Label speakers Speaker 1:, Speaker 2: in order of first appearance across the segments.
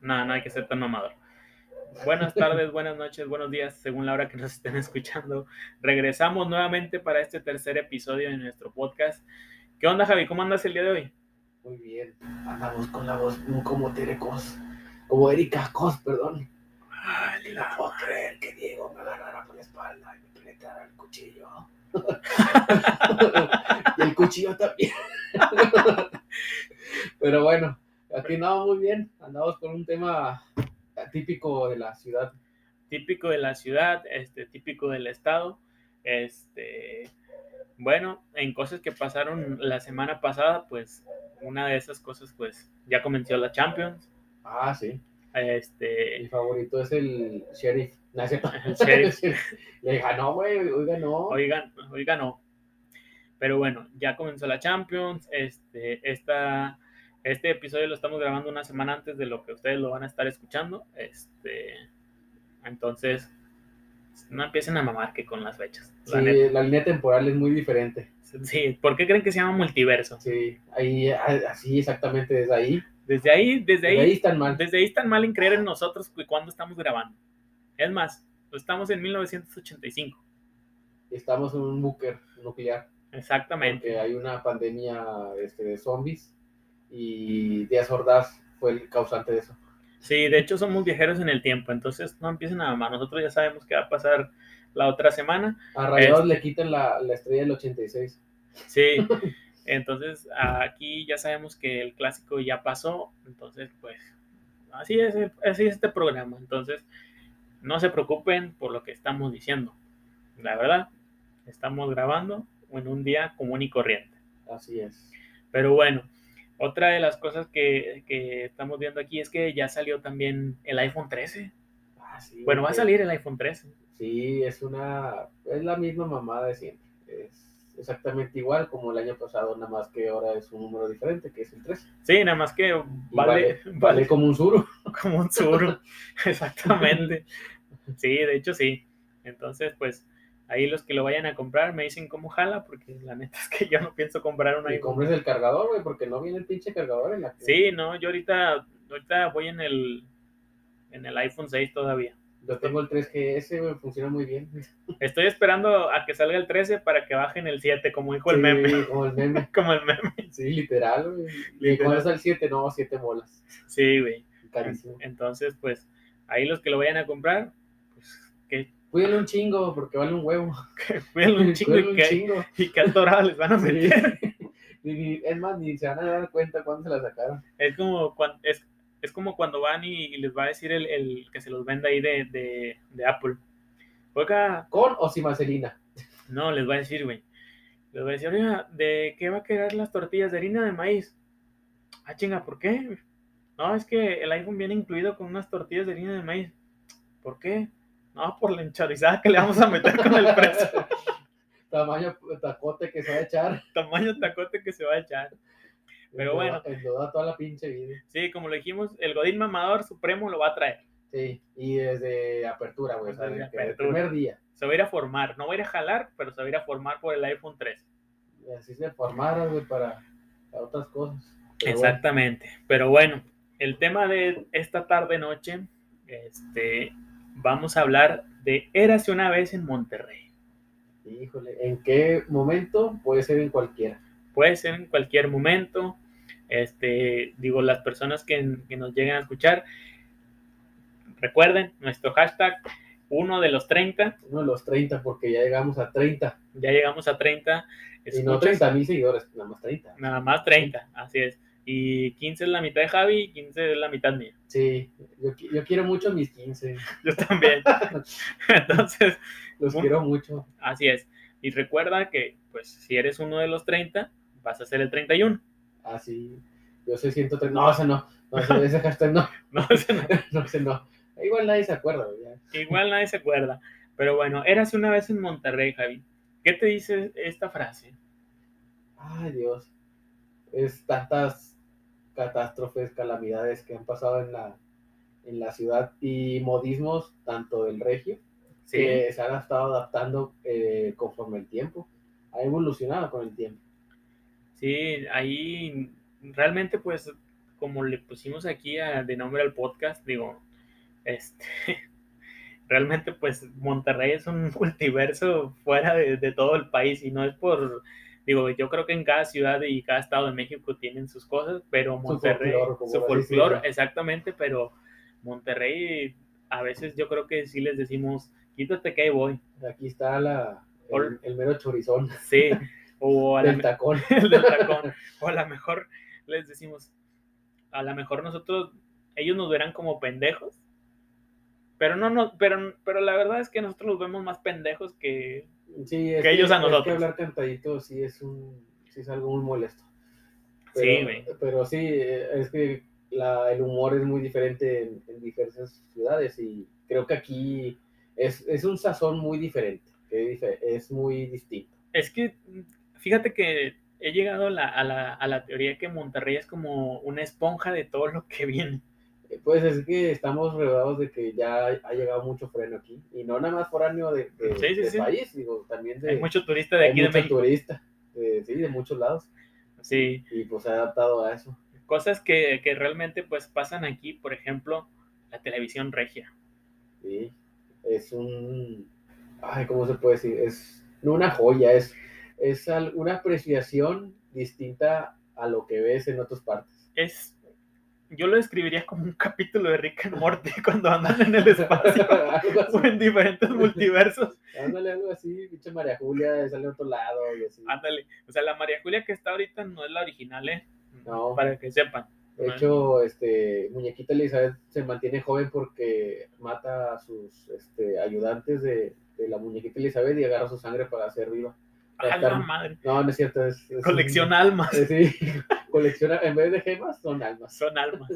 Speaker 1: Nada, no hay que ser tan mamador. Buenas tardes, buenas noches, buenos días, según la hora que nos estén escuchando. Regresamos nuevamente para este tercer episodio de nuestro podcast. ¿Qué onda, Javi? ¿Cómo andas el día de hoy?
Speaker 2: Muy bien. Andamos con la voz mm, como Tere Cos. Como Erika Cos, perdón.
Speaker 1: Ay,
Speaker 2: No puedo creer que Diego me agarrara por la espalda y me penetrara el cuchillo. y el cuchillo también. Pero bueno, aquí andamos muy bien. Andamos con un tema típico de la ciudad.
Speaker 1: típico de la ciudad, este, típico del estado. Este, bueno, en cosas que pasaron la semana pasada, pues una de esas cosas, pues ya comenzó la Champions.
Speaker 2: Ah, sí. Mi
Speaker 1: Este,
Speaker 2: favorito es el sheriff. No, es cierto.
Speaker 1: el Sheriff,
Speaker 2: Le ganó, güey. Hoy ganó.
Speaker 1: oigan, oigan, no. Pero bueno, ya comenzó la Champions. Este, esta, este episodio lo estamos grabando una semana antes de lo que ustedes lo van a estar escuchando. Este, entonces, no empiecen a mamar que con las fechas. la
Speaker 2: sí,
Speaker 1: neta.
Speaker 2: la línea temporal es muy diferente.
Speaker 1: Sí, ¿por qué creen que se llama multiverso?
Speaker 2: Sí, ahí, a- así exactamente desde ahí.
Speaker 1: Desde ahí, desde
Speaker 2: Desde ahí
Speaker 1: ahí,
Speaker 2: están mal.
Speaker 1: desde ahí están mal en creer en nosotros cu- cuando estamos grabando. Es más, estamos en 1985.
Speaker 2: Estamos en un búnker nuclear.
Speaker 1: Exactamente.
Speaker 2: Porque hay una pandemia este, de zombies y Díaz Ordaz fue el causante de eso.
Speaker 1: Sí, de hecho somos viajeros en el tiempo, entonces no empiecen a mamar. Nosotros ya sabemos qué va a pasar la otra semana.
Speaker 2: A Rayados le quitan la, la estrella del 86.
Speaker 1: Sí. Entonces aquí ya sabemos que el clásico ya pasó, entonces pues así es, así es este programa. Entonces no se preocupen por lo que estamos diciendo. La verdad, estamos grabando en un día común y corriente.
Speaker 2: Así es.
Speaker 1: Pero bueno, otra de las cosas que, que estamos viendo aquí es que ya salió también el iPhone 13.
Speaker 2: Ah, sí,
Speaker 1: Bueno, va a
Speaker 2: que-
Speaker 1: salir el iPhone 13.
Speaker 2: Sí, es una. Es la misma mamada de siempre. Es exactamente igual como el año pasado, nada más que ahora es un número diferente, que es el 3.
Speaker 1: Sí, nada más que vale, vale,
Speaker 2: Vale como un suro.
Speaker 1: como un suro. Exactamente. Sí, de hecho sí. Entonces, pues ahí los que lo vayan a comprar me dicen cómo jala, porque la neta es que yo no pienso comprar un
Speaker 2: Y
Speaker 1: iPhone.
Speaker 2: compres el cargador, güey, porque no viene el pinche cargador en la
Speaker 1: Sí, no, yo ahorita, ahorita voy en el, en el iPhone 6 todavía.
Speaker 2: Yo tengo el 3GS, güey, funciona muy bien.
Speaker 1: Estoy esperando a que salga el 13 para que bajen el 7, como dijo el
Speaker 2: Sí,
Speaker 1: meme.
Speaker 2: Como el meme,
Speaker 1: Como el meme.
Speaker 2: sí, literal, güey. Y
Speaker 1: Literal.
Speaker 2: cuando es el 7, no, 7 bolas.
Speaker 1: Sí, güey.
Speaker 2: Carísimo.
Speaker 1: Entonces, pues, ahí los que lo vayan a comprar, pues, que
Speaker 2: Cuídenlo un chingo, porque vale un huevo.
Speaker 1: cuídenlo un chingo
Speaker 2: Cuídenlo
Speaker 1: y que,
Speaker 2: chingo.
Speaker 1: y que atorado les van a
Speaker 2: Sí.
Speaker 1: meter.
Speaker 2: Ni- ni- es más, ni se van a dar cuenta cuándo se la sacaron.
Speaker 1: Es como cuando, es, es como cuando van y, y les va a decir el, el que se los venda ahí de, de, de Apple. Oiga,
Speaker 2: Con o sin vaselina.
Speaker 1: no, les va a decir, güey. Les va a decir, oiga, ¿de qué va a quedar las tortillas de harina de maíz? Ah, chinga, ¿por qué? No, es que el iPhone viene incluido con unas tortillas de harina de maíz. ¿Por qué? No, por la encharizada que le vamos a meter con el precio.
Speaker 2: Tamaño tacote que se va a echar.
Speaker 1: Tamaño tacote que se va a echar. Pero bueno.
Speaker 2: Endoda toda la pinche vida.
Speaker 1: Sí, como lo dijimos, el Godín Mamador Supremo lo va a traer.
Speaker 2: Sí, y desde apertura, güey. o sea,
Speaker 1: Pues, Desde
Speaker 2: de que el
Speaker 1: apertura.
Speaker 2: primer día.
Speaker 1: Se va a ir a formar. No va a ir a jalar, pero se va a ir a formar por el iPhone 3.
Speaker 2: Así se formaron, güey, para, para otras cosas. Pero bueno.
Speaker 1: Exactamente. Pero bueno, el tema de esta tarde noche, este, vamos a hablar de Érase una vez en Monterrey.
Speaker 2: Híjole, ¿en qué momento? Puede ser en cualquiera.
Speaker 1: Puede ser en cualquier momento. Este, digo, las personas que, que nos lleguen a escuchar, recuerden nuestro hashtag, uno de los 30.
Speaker 2: Uno de los 30, porque ya llegamos a 30.
Speaker 1: Ya llegamos a 30.
Speaker 2: Y no
Speaker 1: Escuchas-
Speaker 2: 30 mil seguidores, nada más 30.
Speaker 1: Nada más 30, así es. Y 15 es la mitad de Javi y 15 es la mitad mía.
Speaker 2: Sí, yo, qui- yo quiero mucho mis 15.
Speaker 1: Yo también. Entonces,
Speaker 2: Los
Speaker 1: Un-
Speaker 2: quiero mucho.
Speaker 1: así es. Y recuerda que, pues, si eres uno de los 30, vas a ser el 31.
Speaker 2: Así. Ah, Yo soy 130. No, ese no. No, ese, ese hashtag no.
Speaker 1: No, o sea, no-
Speaker 2: No, ese no. Igual nadie se acuerda. güey, ya.
Speaker 1: igual nadie se acuerda. Pero bueno, eras una vez en Monterrey, Javi. ¿Qué te dice esta frase?
Speaker 2: Ay, Dios. Es tantas catástrofes, calamidades que han pasado en la, en la ciudad y modismos, tanto del regio que se han estado adaptando eh, conforme el tiempo. Ha evolucionado con el tiempo.
Speaker 1: Sí, ahí realmente, pues, como le pusimos aquí a, de nombre al podcast, digo, este, realmente pues Monterrey es un multiverso fuera de, de, todo el país y no es por, digo, yo creo que en cada ciudad y cada estado de México tienen sus cosas, pero Monterrey, su folclore, exactamente, pero Monterrey a veces yo creo que sí les decimos, quítate que ahí voy.
Speaker 2: Aquí está la, el, el mero chorizón.
Speaker 1: Sí. O a la,
Speaker 2: del tacón.
Speaker 1: el del tacón. O a lo mejor les decimos, a lo mejor nosotros, ellos nos verán como pendejos, pero no, no pero, pero la verdad es que nosotros los vemos más pendejos que,
Speaker 2: sí, es
Speaker 1: que ellos a nosotros.
Speaker 2: Es que hablar cantadito sí es, un, sí es algo muy molesto.
Speaker 1: Sí,
Speaker 2: Pero,
Speaker 1: güey.
Speaker 2: pero sí, eh, es que la- el humor es muy diferente en, en diversas ciudades y creo que aquí es, es un sazón muy diferente, que dife- es muy distinto.
Speaker 1: Es que fíjate que he llegado a la, a la- a la teoría que Monterrey es como una esponja de todo lo que viene.
Speaker 2: Eh, Pues es que estamos rodeados de que ya ha llegado mucho freno aquí y no nada más foráneo de, de-
Speaker 1: Sí, sí,
Speaker 2: del
Speaker 1: sí.
Speaker 2: país, digo, también de,
Speaker 1: Hay muchos turistas de
Speaker 2: hay
Speaker 1: aquí de
Speaker 2: mucho
Speaker 1: México.
Speaker 2: turista, de- sí, de muchos lados
Speaker 1: Sí,
Speaker 2: y pues se ha adaptado a eso.
Speaker 1: cosas que, que realmente pues pasan aquí, por ejemplo, la televisión regia.
Speaker 2: Sí, es un. Ay, ¿cómo se puede decir? Es no una joya, es, es al- una apreciación distinta a lo que ves en otras partes.
Speaker 1: Es, yo lo describiría como un capítulo de Rick and Morty cuando andan en el espacio
Speaker 2: Algo así.
Speaker 1: o en diferentes multiversos.
Speaker 2: Ándale, algo así, pinche María Julia, sale a otro lado y así.
Speaker 1: Ándale, o sea, la María Julia que está ahorita no es la original, ¿eh?
Speaker 2: No.
Speaker 1: Para que sepan.
Speaker 2: De hecho, este, Muñequita Elizabeth se mantiene joven porque mata a sus este, ayudantes de, de la Muñequita Elizabeth y agarra su sangre para hacer viva.
Speaker 1: A la
Speaker 2: Estar-
Speaker 1: madre.
Speaker 2: No, no es cierto, es. es un-
Speaker 1: Colecciona almas.
Speaker 2: Eh, Sí, colecciona, en vez de gemas, son almas.
Speaker 1: Son almas.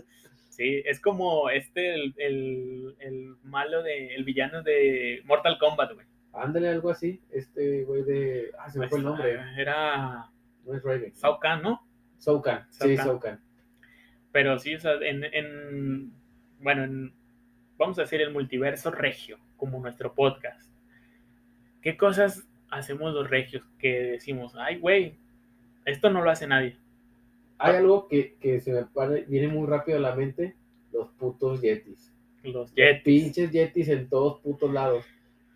Speaker 1: Sí, es como este, el, el- el malo de, el villano de Mortal Kombat, güey. Pues,
Speaker 2: Ándale, algo así. Este güey de. Ah, se me fue el nombre.
Speaker 1: Era
Speaker 2: No es Raven.
Speaker 1: Shao Kahn, ¿no?
Speaker 2: Soukan. Sí,
Speaker 1: Saucan.
Speaker 2: Soukan.
Speaker 1: Pero sí, o sea, en, en- bueno, en- vamos a decir el multiverso regio, como nuestro podcast. ¿Qué cosas hacemos los regios que decimos, ay, güey, esto no lo hace nadie?
Speaker 2: Hay algo que, que se me pare- viene muy rápido a la mente: los putos yetis.
Speaker 1: Los Yetis.
Speaker 2: Pinches yetis en todos putos lados.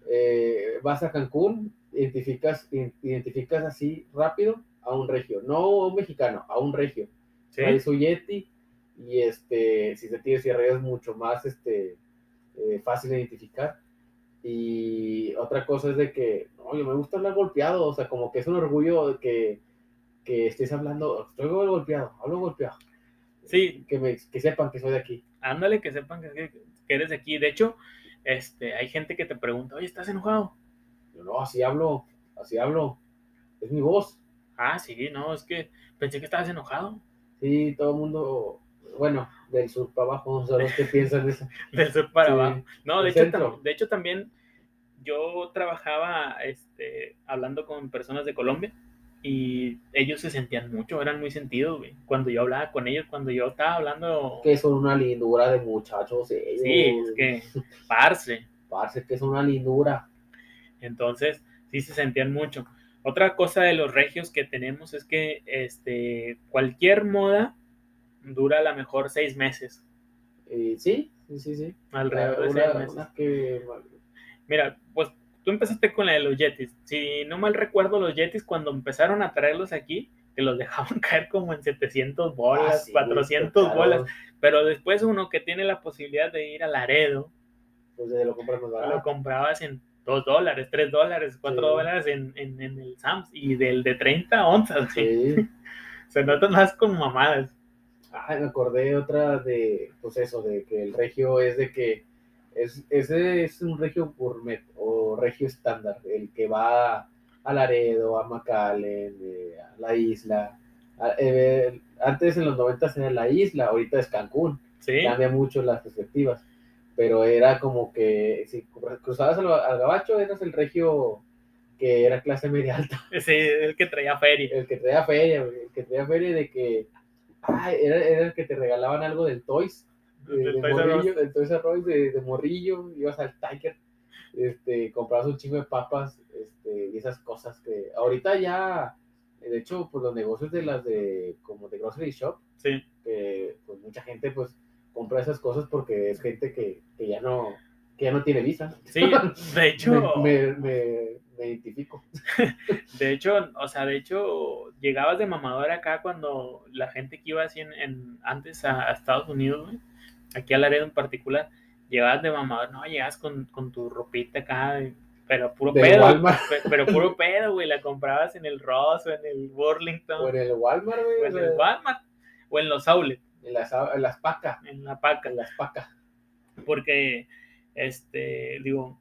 Speaker 2: Eh, vas a Cancún, identificas, in- identificas así rápido a un regio. No a un mexicano, a un regio.
Speaker 1: ¿sí?
Speaker 2: trae su Yeti y este, si se tiene cierre es mucho más este, eh, fácil de identificar. Y otra cosa es de que, oye, me gusta hablar golpeado, o sea, como que es un orgullo de que, que estés hablando, estoy golpeado, hablo golpeado,
Speaker 1: Sí,
Speaker 2: que, me, que sepan que soy de aquí.
Speaker 1: ándale, que sepan que, que eres de aquí. De hecho, este, hay gente que te pregunta, oye, ¿estás enojado?
Speaker 2: Yo, no, así hablo, así hablo, es mi voz.
Speaker 1: Ah, sí, no, es que pensé que estabas enojado.
Speaker 2: Sí, todo el mundo, bueno, del sur para abajo, son los que piensan eso.
Speaker 1: Del sur para
Speaker 2: Sí.
Speaker 1: abajo. No, de
Speaker 2: El
Speaker 1: hecho,
Speaker 2: centro.
Speaker 1: tam- de hecho también yo trabajaba este, hablando con personas de Colombia y ellos se sentían mucho, eran muy sentidos, güey. Cuando yo hablaba con ellos, cuando yo estaba hablando...
Speaker 2: Que son una lindura de muchachos, ellos,
Speaker 1: Sí, es que, parce.
Speaker 2: parce, que son una lindura.
Speaker 1: Entonces, sí se sentían mucho. Otra cosa de los regios que tenemos es que este, cualquier moda dura a lo mejor seis meses.
Speaker 2: Eh, sí, sí, sí, sí.
Speaker 1: Alrededor de
Speaker 2: Una-
Speaker 1: seis meses.
Speaker 2: una que-
Speaker 1: Mira, pues tú empezaste con la de los Yetis. Si no mal recuerdo, los Yetis cuando empezaron a traerlos aquí, te los dejaban caer como en 700 bolas,
Speaker 2: Ah, sí,
Speaker 1: 400
Speaker 2: claro,
Speaker 1: bolas. Pero después uno que tiene la posibilidad de ir a Laredo,
Speaker 2: Pues de lo compras más barato.
Speaker 1: lo comprabas en 2 dólares, 3 dólares, 4
Speaker 2: Sí.
Speaker 1: dólares en, en- en el Sams y del de 30 onzas. güey.
Speaker 2: Sí.
Speaker 1: Se notan más con mamadas.
Speaker 2: Ay, me acordé otra de, pues eso, de que el regio es de que es, ese es un regio gourmet o regio estándar, el que va a Laredo, a McAllen, eh, a la isla. A- eh, antes en los 90 era la isla, ahorita es Cancún.
Speaker 1: Sí,
Speaker 2: cambia mucho las perspectivas. Pero era como que si cruzabas al, al gabacho, eras el regio que era clase media alta,
Speaker 1: sí, el que traía feria.
Speaker 2: el que traía feria, güey, el que traía feria de que ah, era, era el que te regalaban algo del Toys, de, de
Speaker 1: Entonces,
Speaker 2: morrillo, del Toys R Us, de, de morrillo, ibas al Tiger, este, comprabas un chingo de papas, este, y esas cosas que ahorita ya De hecho, pues los negocios de las de, como de grocery shop,
Speaker 1: Sí,
Speaker 2: que pues mucha gente pues compra esas cosas porque es gente que, que ya no, que ya no tiene visa.
Speaker 1: sí, de hecho,
Speaker 2: Me, me- me- me identifico.
Speaker 1: de hecho, o sea, de hecho, llegabas de mamador acá cuando la gente que iba así en, en- antes a, a Estados Unidos, güey, aquí a Laredo en particular, llegabas de mamador, no, llegabas con, con tu ropita acá, de- pero puro
Speaker 2: De
Speaker 1: pedo,
Speaker 2: Walmart.
Speaker 1: pe- pero puro pedo, güey, la comprabas en el Ross o en el Burlington
Speaker 2: O en el Walmart, güey,
Speaker 1: o
Speaker 2: o
Speaker 1: en
Speaker 2: sea,
Speaker 1: el Walmart o en los outlets,
Speaker 2: en las, en las pacas.
Speaker 1: en la paca.
Speaker 2: En las pacas.
Speaker 1: porque este digo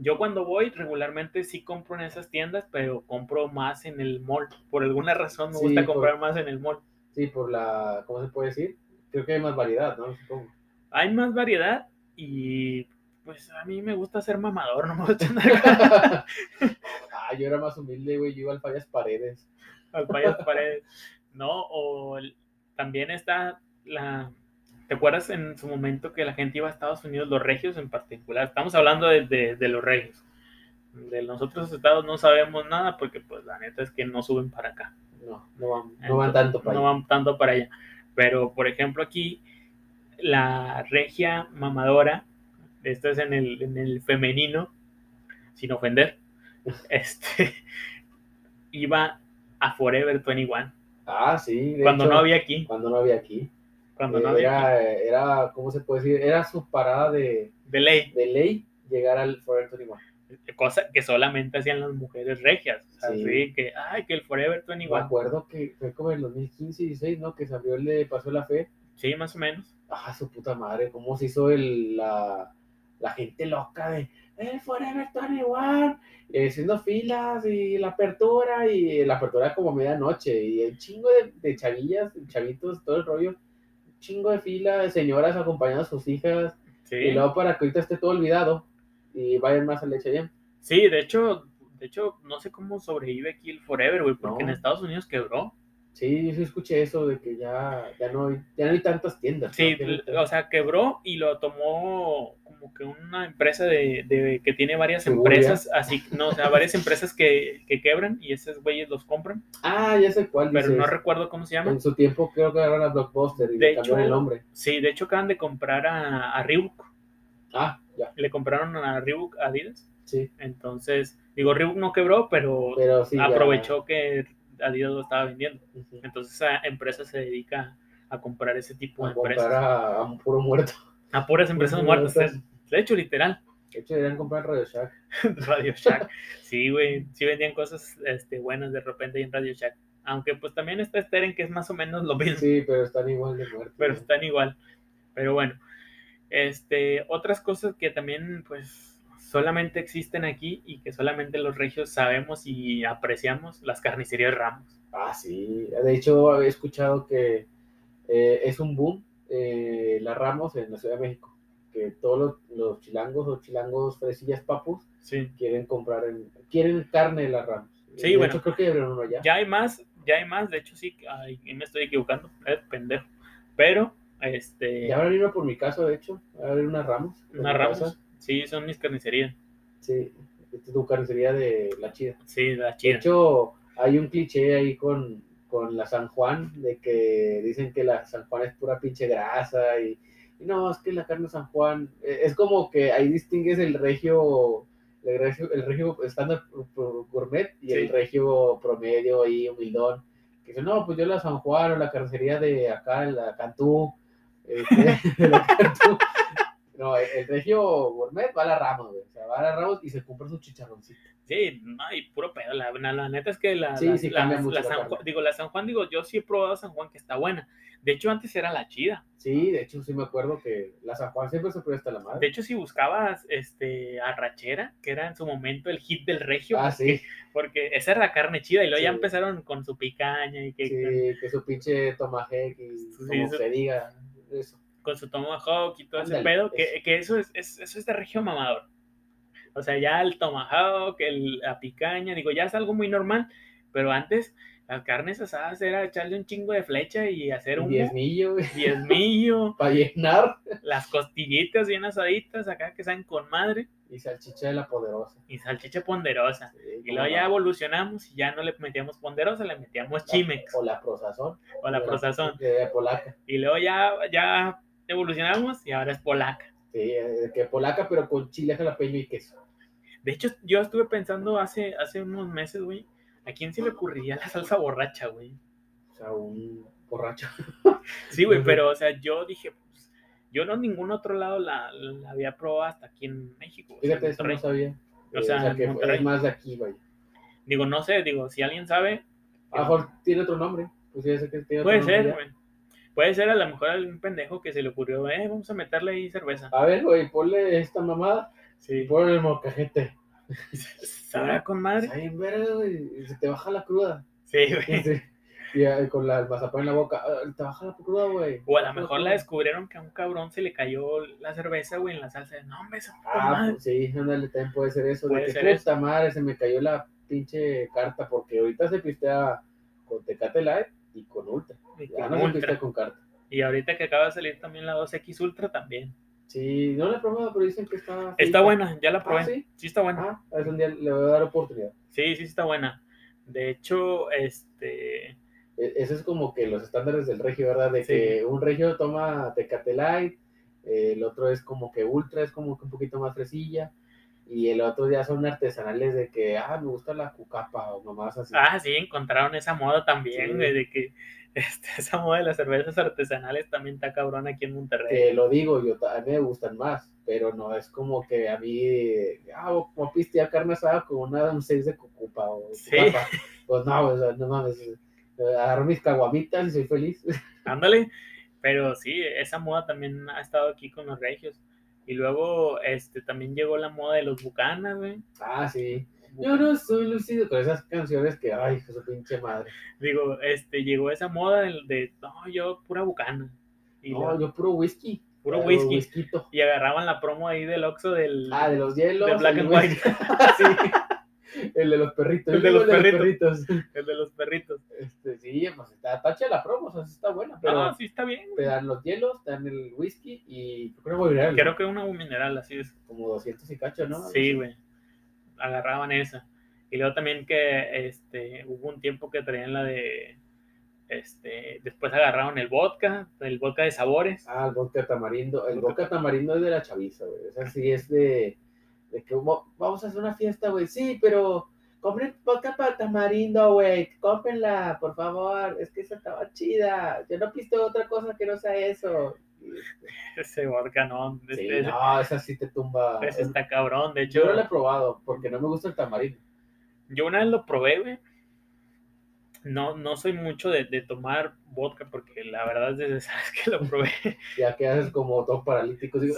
Speaker 1: yo cuando voy regularmente sí compro en esas tiendas pero compro más en el mall por alguna razón me
Speaker 2: Sí,
Speaker 1: gusta
Speaker 2: por-
Speaker 1: comprar más en el mall
Speaker 2: Sí, por la, ¿cómo se puede decir? Creo que hay más variedad, ¿no? Supongo.
Speaker 1: hay más variedad y pues a mí me gusta ser mamador no me gusta andar
Speaker 2: Ah, yo era más humilde, güey, yo iba al Fallas Paredes.
Speaker 1: al payas paredes no o el- también está la ¿Te acuerdas en su momento que la gente iba a Estados Unidos, los regios en particular? Estamos hablando de, de- de los regios. De nosotros estados no sabemos nada porque pues la neta es que no suben para acá.
Speaker 2: No, no van, no van tanto para
Speaker 1: no
Speaker 2: allá.
Speaker 1: van tanto para allá. Pero, por ejemplo, aquí, la regia mamadora, esto es en el, en el femenino, sin ofender, este, iba a Forever 21,
Speaker 2: Ah, sí. de
Speaker 1: cuando
Speaker 2: hecho,
Speaker 1: no había aquí,
Speaker 2: Cuando no había aquí. Eh,
Speaker 1: cuando no había aquí,
Speaker 2: era, era, ¿cómo se puede decir? Era su parada de,
Speaker 1: de ley,
Speaker 2: de ley llegar al Forever 21.
Speaker 1: cosa que solamente hacían las mujeres regias, o sea,
Speaker 2: Sí.
Speaker 1: así que, ay, que el Forever
Speaker 2: Me
Speaker 1: 21,
Speaker 2: acuerdo que fue como en 2015 y 16, ¿no? Que salió el de Pasó la Fe.
Speaker 1: sí, más o menos,
Speaker 2: Ah, su puta madre, cómo se hizo el, la, la gente loca de el Forever 21, eh, haciendo filas y la apertura, y la apertura como medianoche, y el chingo de, de chavillas, chavitos, todo el rollo, un chingo de fila de señoras acompañando a sus hijas, y
Speaker 1: sí.
Speaker 2: luego para que ahorita esté todo olvidado y vayan más al H&M.
Speaker 1: Sí, de hecho, de hecho, no sé cómo sobrevive aquí el Forever, güey, porque
Speaker 2: No.
Speaker 1: en Estados Unidos quebró.
Speaker 2: Sí, yo sí escuché eso de que ya, ya, no, hay, ya no hay tantas tiendas.
Speaker 1: Sí,
Speaker 2: ¿no? Que no hay
Speaker 1: l- o sea, quebró y lo tomó como que una empresa de, de- que tiene varias
Speaker 2: Suburbia.
Speaker 1: empresas, así, no, o sea, varias empresas que, que quebran y esos güeyes los compran,
Speaker 2: tantas. Ah, ya sé cuál.
Speaker 1: pero
Speaker 2: dices.
Speaker 1: no recuerdo cómo se llama.
Speaker 2: en su tiempo creo que era a Blockbuster y
Speaker 1: De
Speaker 2: le cambiaron
Speaker 1: hecho-
Speaker 2: el nombre.
Speaker 1: Sí, de hecho acaban de comprar a, a Reebok,
Speaker 2: Ah, ya,
Speaker 1: le compraron a Reebok a Adidas,
Speaker 2: sí.
Speaker 1: entonces, digo, Reebok no quebró, pero
Speaker 2: Pero sí. ya-
Speaker 1: Pues, aprovechó que Adidas lo estaba vendiendo.
Speaker 2: Ujú.
Speaker 1: Entonces esa empresa se dedica a comprar ese tipo de
Speaker 2: A comprar
Speaker 1: empresas,
Speaker 2: a, a un puro muerto.
Speaker 1: a puras empresas
Speaker 2: Puras
Speaker 1: muertas,
Speaker 2: muertas.
Speaker 1: de hecho, literal.
Speaker 2: De hecho, deberían comprar Radio Shack.
Speaker 1: Radio Shack. Sí, güey, sí vendían cosas este, buenas de repente ahí en Radio Shack. Aunque pues también está Steren, que es más o menos lo mismo,
Speaker 2: Sí, pero están igual de muertos.
Speaker 1: Pues, pero
Speaker 2: ¿no?
Speaker 1: están igual. Pero bueno, este, otras cosas que también pues solamente existen aquí y que solamente los regios sabemos y apreciamos, las carnicerías Ramos.
Speaker 2: Ah, sí. De hecho, había escuchado que eh, es un boom eh, la Ramos en la Ciudad de México. Que todos los, los chilangos o chilangos fresillas papus
Speaker 1: Sí.
Speaker 2: quieren comprar, en, quieren carne de la Ramos.
Speaker 1: Sí,
Speaker 2: de
Speaker 1: bueno.
Speaker 2: hecho, creo que abrieron uno ya.
Speaker 1: Ya hay más, ya hay más, de hecho sí, ay, me estoy equivocando, es pendejo. Pero, este,
Speaker 2: Ya abrieron uno por mi casa, de hecho. Abrieron una Ramos. por
Speaker 1: unas
Speaker 2: mi
Speaker 1: Ramos,
Speaker 2: casa.
Speaker 1: sí, son mis carnicerías.
Speaker 2: Sí. Esta es tu carnicería de la chida.
Speaker 1: Sí, la
Speaker 2: De
Speaker 1: chida.
Speaker 2: hecho, hay un cliché ahí con, con la San Juan, de que dicen que la San Juan es pura pinche grasa y, y no, es que la carne de San Juan, eh, es como que ahí distingues el regio, el regio, el regio estándar pu- pu- gourmet y el
Speaker 1: Sí.
Speaker 2: regio promedio y humildón. Que dice, no, pues yo la San Juan o la carnicería de acá, en la Cantú, este, de la Cantú. No, el- el regio gourmet va a la Ramos, güey. O sea, va a la Ramos y se compra su chicharroncito.
Speaker 1: Sí, no, y puro pedo. La, la, la neta es que la,
Speaker 2: Sí,
Speaker 1: la-
Speaker 2: sí
Speaker 1: la-
Speaker 2: cambia mucho
Speaker 1: la
Speaker 2: la
Speaker 1: San
Speaker 2: carne.
Speaker 1: Juan, digo, la San Juan, digo, yo sí he probado San Juan que está buena. De hecho, antes era la chida.
Speaker 2: Sí, de hecho sí me acuerdo que la San Juan siempre se pone hasta la madre.
Speaker 1: De hecho, si buscabas este arrachera, que era en su momento el hit del regio,
Speaker 2: Ah, sí,
Speaker 1: porque esa era la carne chida, y luego ya
Speaker 2: Sí.
Speaker 1: empezaron con su picaña y que
Speaker 2: sí, que su pinche tomahawk y como
Speaker 1: eso-
Speaker 2: se diga, eso.
Speaker 1: con, con su tomahawk y todo ese
Speaker 2: Ándale,
Speaker 1: pedo,
Speaker 2: eso.
Speaker 1: que, que eso es, es- eso es de regio mamador. O sea, ya el tomahawk, el- la picaña, digo, ya es algo muy normal, pero antes las carnes asadas era echarle un chingo de flecha y hacer
Speaker 2: Un
Speaker 1: un
Speaker 2: diezmillo, güey,
Speaker 1: diezmillo,
Speaker 2: para llenar
Speaker 1: las costillitas bien asaditas acá que saben con madre.
Speaker 2: y Y salchicha de la poderosa.
Speaker 1: Y salchicha ponderosa.
Speaker 2: Sí,
Speaker 1: Y
Speaker 2: ¿cómo
Speaker 1: luego ya
Speaker 2: no?
Speaker 1: evolucionamos y ya no le metíamos ponderosa, le
Speaker 2: Ah,
Speaker 1: metíamos chimex
Speaker 2: O la prosazón.
Speaker 1: o la
Speaker 2: de
Speaker 1: prosazón.
Speaker 2: De, de polaca.
Speaker 1: Y luego ya, ya evolucionamos y ahora es polaca.
Speaker 2: Sí, eh, que polaca, pero con chile jalapeño y queso.
Speaker 1: De hecho, yo estuve pensando hace, hace unos meses, güey, ¿a quién se le ocurriría la salsa borracha, güey?
Speaker 2: O sea, un borracho.
Speaker 1: Sí, güey,
Speaker 2: Ujú.
Speaker 1: pero, o sea, yo dije, pues, yo no en ningún otro lado la, la había probado hasta aquí en México. o sea, en
Speaker 2: Fíjate, eso no
Speaker 1: Monterrey.
Speaker 2: sabía.
Speaker 1: O
Speaker 2: Eh,
Speaker 1: sea,
Speaker 2: que
Speaker 1: Monterrey.
Speaker 2: es más de aquí, vaya.
Speaker 1: Digo, no sé, digo, si alguien sabe,
Speaker 2: A lo mejor tiene otro nombre. Pues ya sé que tiene otro
Speaker 1: Ah. puede
Speaker 2: nombre
Speaker 1: ser,
Speaker 2: ya.
Speaker 1: güey. Puede ser a lo mejor algún pendejo que se le ocurrió, eh, vamos a meterle ahí cerveza.
Speaker 2: A ver, güey, ponle esta mamada y
Speaker 1: Sí.
Speaker 2: ponle el mocajete.
Speaker 1: ¿Sabrá con madre?
Speaker 2: Ahí, verga, güey, y se te baja la cruda.
Speaker 1: Sí, güey.
Speaker 2: Sí. Y eh, con la el mazapán en la boca, ah, te baja la cruda, güey.
Speaker 1: O a lo
Speaker 2: pues,
Speaker 1: mejor la descubrieron que a un cabrón se le cayó la cerveza, güey, en la salsa. No, hombre, sabrá con
Speaker 2: Ah,
Speaker 1: madre.
Speaker 2: pues sí, ándale, también puede ser eso.
Speaker 1: Puede
Speaker 2: de que
Speaker 1: ser
Speaker 2: puta
Speaker 1: eso.
Speaker 2: madre, se me cayó la pinche carta, porque ahorita se pistea con Tecate Light y con Ultra.
Speaker 1: Y
Speaker 2: pues, Ya
Speaker 1: con
Speaker 2: no se
Speaker 1: Ultra.
Speaker 2: pistea con carta.
Speaker 1: Y ahorita que acaba de salir también la 2X Ultra también.
Speaker 2: Sí, no la he probado, pero dicen que está. feita.
Speaker 1: Está buena, ya la probé.
Speaker 2: Ah,
Speaker 1: sí?
Speaker 2: sí.
Speaker 1: está buena.
Speaker 2: Ah, es un día le voy a dar oportunidad.
Speaker 1: Sí, sí está buena. De hecho, este
Speaker 2: E- Ese es como que los estándares del regio, ¿verdad? De
Speaker 1: Sí.
Speaker 2: que un regio toma Tecate Light, eh, el otro es como que ultra, es como que un poquito más fresilla, y el otro ya son artesanales de que, ah, me gusta la cucapa o nomás así.
Speaker 1: ah, sí, encontraron esa moda también,
Speaker 2: Sí.
Speaker 1: güey, de que este, esa moda de las cervezas artesanales también está cabrón aquí en Monterrey.
Speaker 2: Que lo digo, yo ta- a mí me gustan más, pero no es como que a mí, eh, ah, o- como pistear carne asada con una un 6 de cucupa o
Speaker 1: Sí.
Speaker 2: cucapa. Pues no, o sea, no mames, eh, agarro mis caguamitas y soy feliz.
Speaker 1: Ándale. Pero sí, esa moda también ha estado aquí con los regios. Y luego este también llegó la moda de los bucanas, güey.
Speaker 2: ah, sí. Yo no soy lucido con esas canciones que, ay, hijo de su pinche madre.
Speaker 1: Digo, este llegó esa moda de, de, no, yo pura bucana. Y
Speaker 2: No,
Speaker 1: luego
Speaker 2: yo puro whisky.
Speaker 1: puro
Speaker 2: Pero
Speaker 1: whisky.
Speaker 2: whiskito.
Speaker 1: y agarraban la promo ahí del Oxxo del
Speaker 2: Ah, de los hielos.
Speaker 1: de Black
Speaker 2: el
Speaker 1: and
Speaker 2: whisky.
Speaker 1: White,
Speaker 2: Sí. El de los perritos.
Speaker 1: El de
Speaker 2: Yo
Speaker 1: los
Speaker 2: digo
Speaker 1: perritos. el de los perritos.
Speaker 2: Este, sí, pues está tacha la promo, o sea, sí está buena. Pero
Speaker 1: no, Ah, sí está bien.
Speaker 2: te dan los hielos, te dan el whisky y creo que voy a ir
Speaker 1: Creo que una mineral así es.
Speaker 2: como 200 y cacho, ¿no?
Speaker 1: sí, güey. Agarraban esa. Y luego también que este hubo un tiempo que traían la de este después agarraron el vodka, el vodka de sabores.
Speaker 2: Ah, el vodka tamarindo. El
Speaker 1: Vodka
Speaker 2: vodka tamarindo es de la chaviza, güey. Esa sí es de, de que mo- vamos a hacer una fiesta, güey. Sí, pero compren vodka para tamarindo, güey. Cómprenla, por favor. Es que esa estaba chida. Yo no piste otra cosa que no sea eso.
Speaker 1: Ese vodka no,
Speaker 2: Sí,
Speaker 1: este-
Speaker 2: no, esa sí te tumba.
Speaker 1: ese está cabrón, de hecho.
Speaker 2: Yo no la he probado porque no me gusta el tamarindo.
Speaker 1: Yo una vez lo probé, güey. No, no soy mucho de, de tomar vodka porque la verdad es desde esa vez que lo probé.
Speaker 2: Ya que haces como dos paralíticos. Y,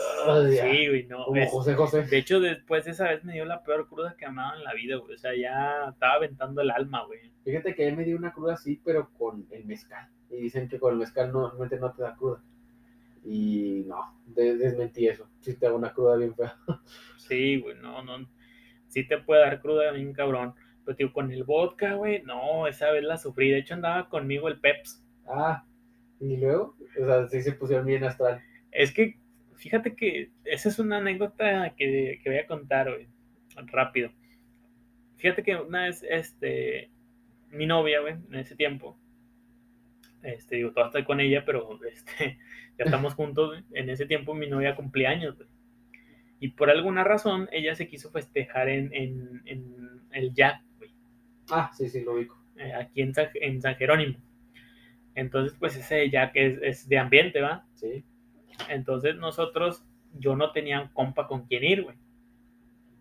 Speaker 1: Sí, güey, no. pues.
Speaker 2: como
Speaker 1: es-
Speaker 2: José José.
Speaker 1: de hecho, después de esa vez me dio la peor cruda que amaba en la vida, güey. O sea, ya estaba aventando el alma, güey.
Speaker 2: Fíjate que a mí me dio una cruda así, pero con el mezcal. Y dicen que con el mezcal no, normalmente no te da cruda. Y no, de- desmentí eso. Sí te da una cruda bien fea.
Speaker 1: Sí, güey, no, no. Sí te puede dar cruda bien cabrón. Pero, tío, con el vodka, güey, no, esa vez la sufrí. De hecho, andaba conmigo el Peps.
Speaker 2: Ah, y luego, o sea, sí se pusieron bien astral.
Speaker 1: Es que, fíjate que esa es una anécdota que, que voy a contar, güey, rápido. Fíjate que una vez, este, mi novia, güey, en ese tiempo, este, digo, todavía estoy con ella, pero, este, ya estamos juntos, güey. En ese tiempo mi novia cumplía años, güey. Y por alguna razón, ella se quiso festejar en, en, en el Jack, güey
Speaker 2: Ah, sí, sí, lo ubico.
Speaker 1: eh, aquí en San, en San Jerónimo. Entonces, pues ese Jack es, es de ambiente, ¿va?
Speaker 2: Sí.
Speaker 1: Entonces nosotros, yo no tenía un compa con quien ir, güey.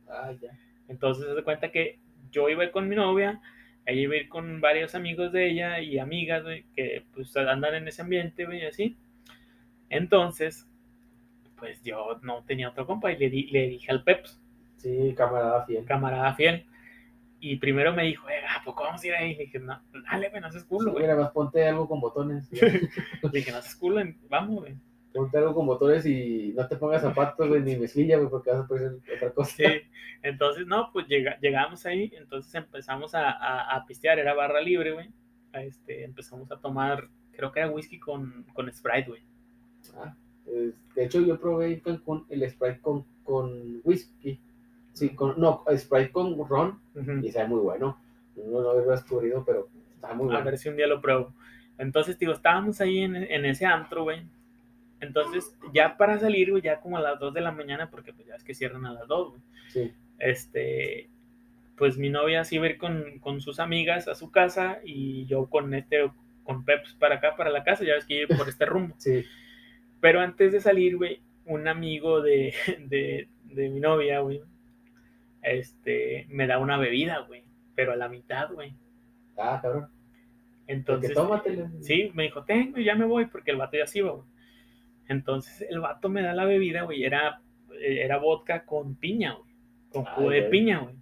Speaker 2: Ah, ya.
Speaker 1: Entonces se cuenta que yo iba a ir con mi novia, ella iba a ir con varios amigos de ella y amigas, güey, que pues andan en ese ambiente, güey, y así. Entonces, pues yo no tenía otro compa y le, di- le dije al Peps,
Speaker 2: Sí, camarada fiel.
Speaker 1: camarada fiel. Y primero me dijo, eh, ¿a poco vamos a ir ahí? Y le dije, no, dale, güey, no seas
Speaker 2: Sí,
Speaker 1: culo, güey.
Speaker 2: mira, más ponte algo con botones.
Speaker 1: Le dije, no seas culo, vamos, güey.
Speaker 2: Ponte algo con botones y no te pongas zapatos güey, ni mezclilla, güey, porque vas a poner otra cosa.
Speaker 1: Sí, entonces, no, pues llega- llegamos ahí, entonces empezamos a, a- a pistear, era barra libre, güey. a Este, empezamos a tomar, creo que era whisky con, con Sprite, güey.
Speaker 2: Este, Ah, eh, de hecho, yo probé en Cancún el Sprite con, con whisky. Sí, con, no, Sprite con ron
Speaker 1: Ujú.
Speaker 2: y sabe muy bueno. No lo he descubrido, pero está muy
Speaker 1: A
Speaker 2: bueno.
Speaker 1: ver si un día lo pruebo. Entonces, digo, estábamos ahí en, en ese antro, güey. Entonces, ya para salir, güey, ya como a las 2 de la mañana, porque pues ya es que cierran a las 2, güey.
Speaker 2: Sí,
Speaker 1: Este, pues mi novia se iba a ir con, con sus amigas a su casa y yo con este, con Peps para acá, para la casa, ya ves que iba por este rumbo.
Speaker 2: sí,
Speaker 1: Pero antes de salir, güey, un amigo de, de, de mi novia, güey, este, me da una bebida, güey, pero a la mitad, güey.
Speaker 2: ah, cabrón.
Speaker 1: Entonces,
Speaker 2: que tómatela.
Speaker 1: Sí, me dijo, tengo, ya me voy, porque el vato ya se iba, güey. Entonces, el vato me da la bebida, güey, era, eh, era vodka con piña, Ah, güey, con
Speaker 2: Ay,
Speaker 1: jugo de
Speaker 2: güey.
Speaker 1: piña, güey.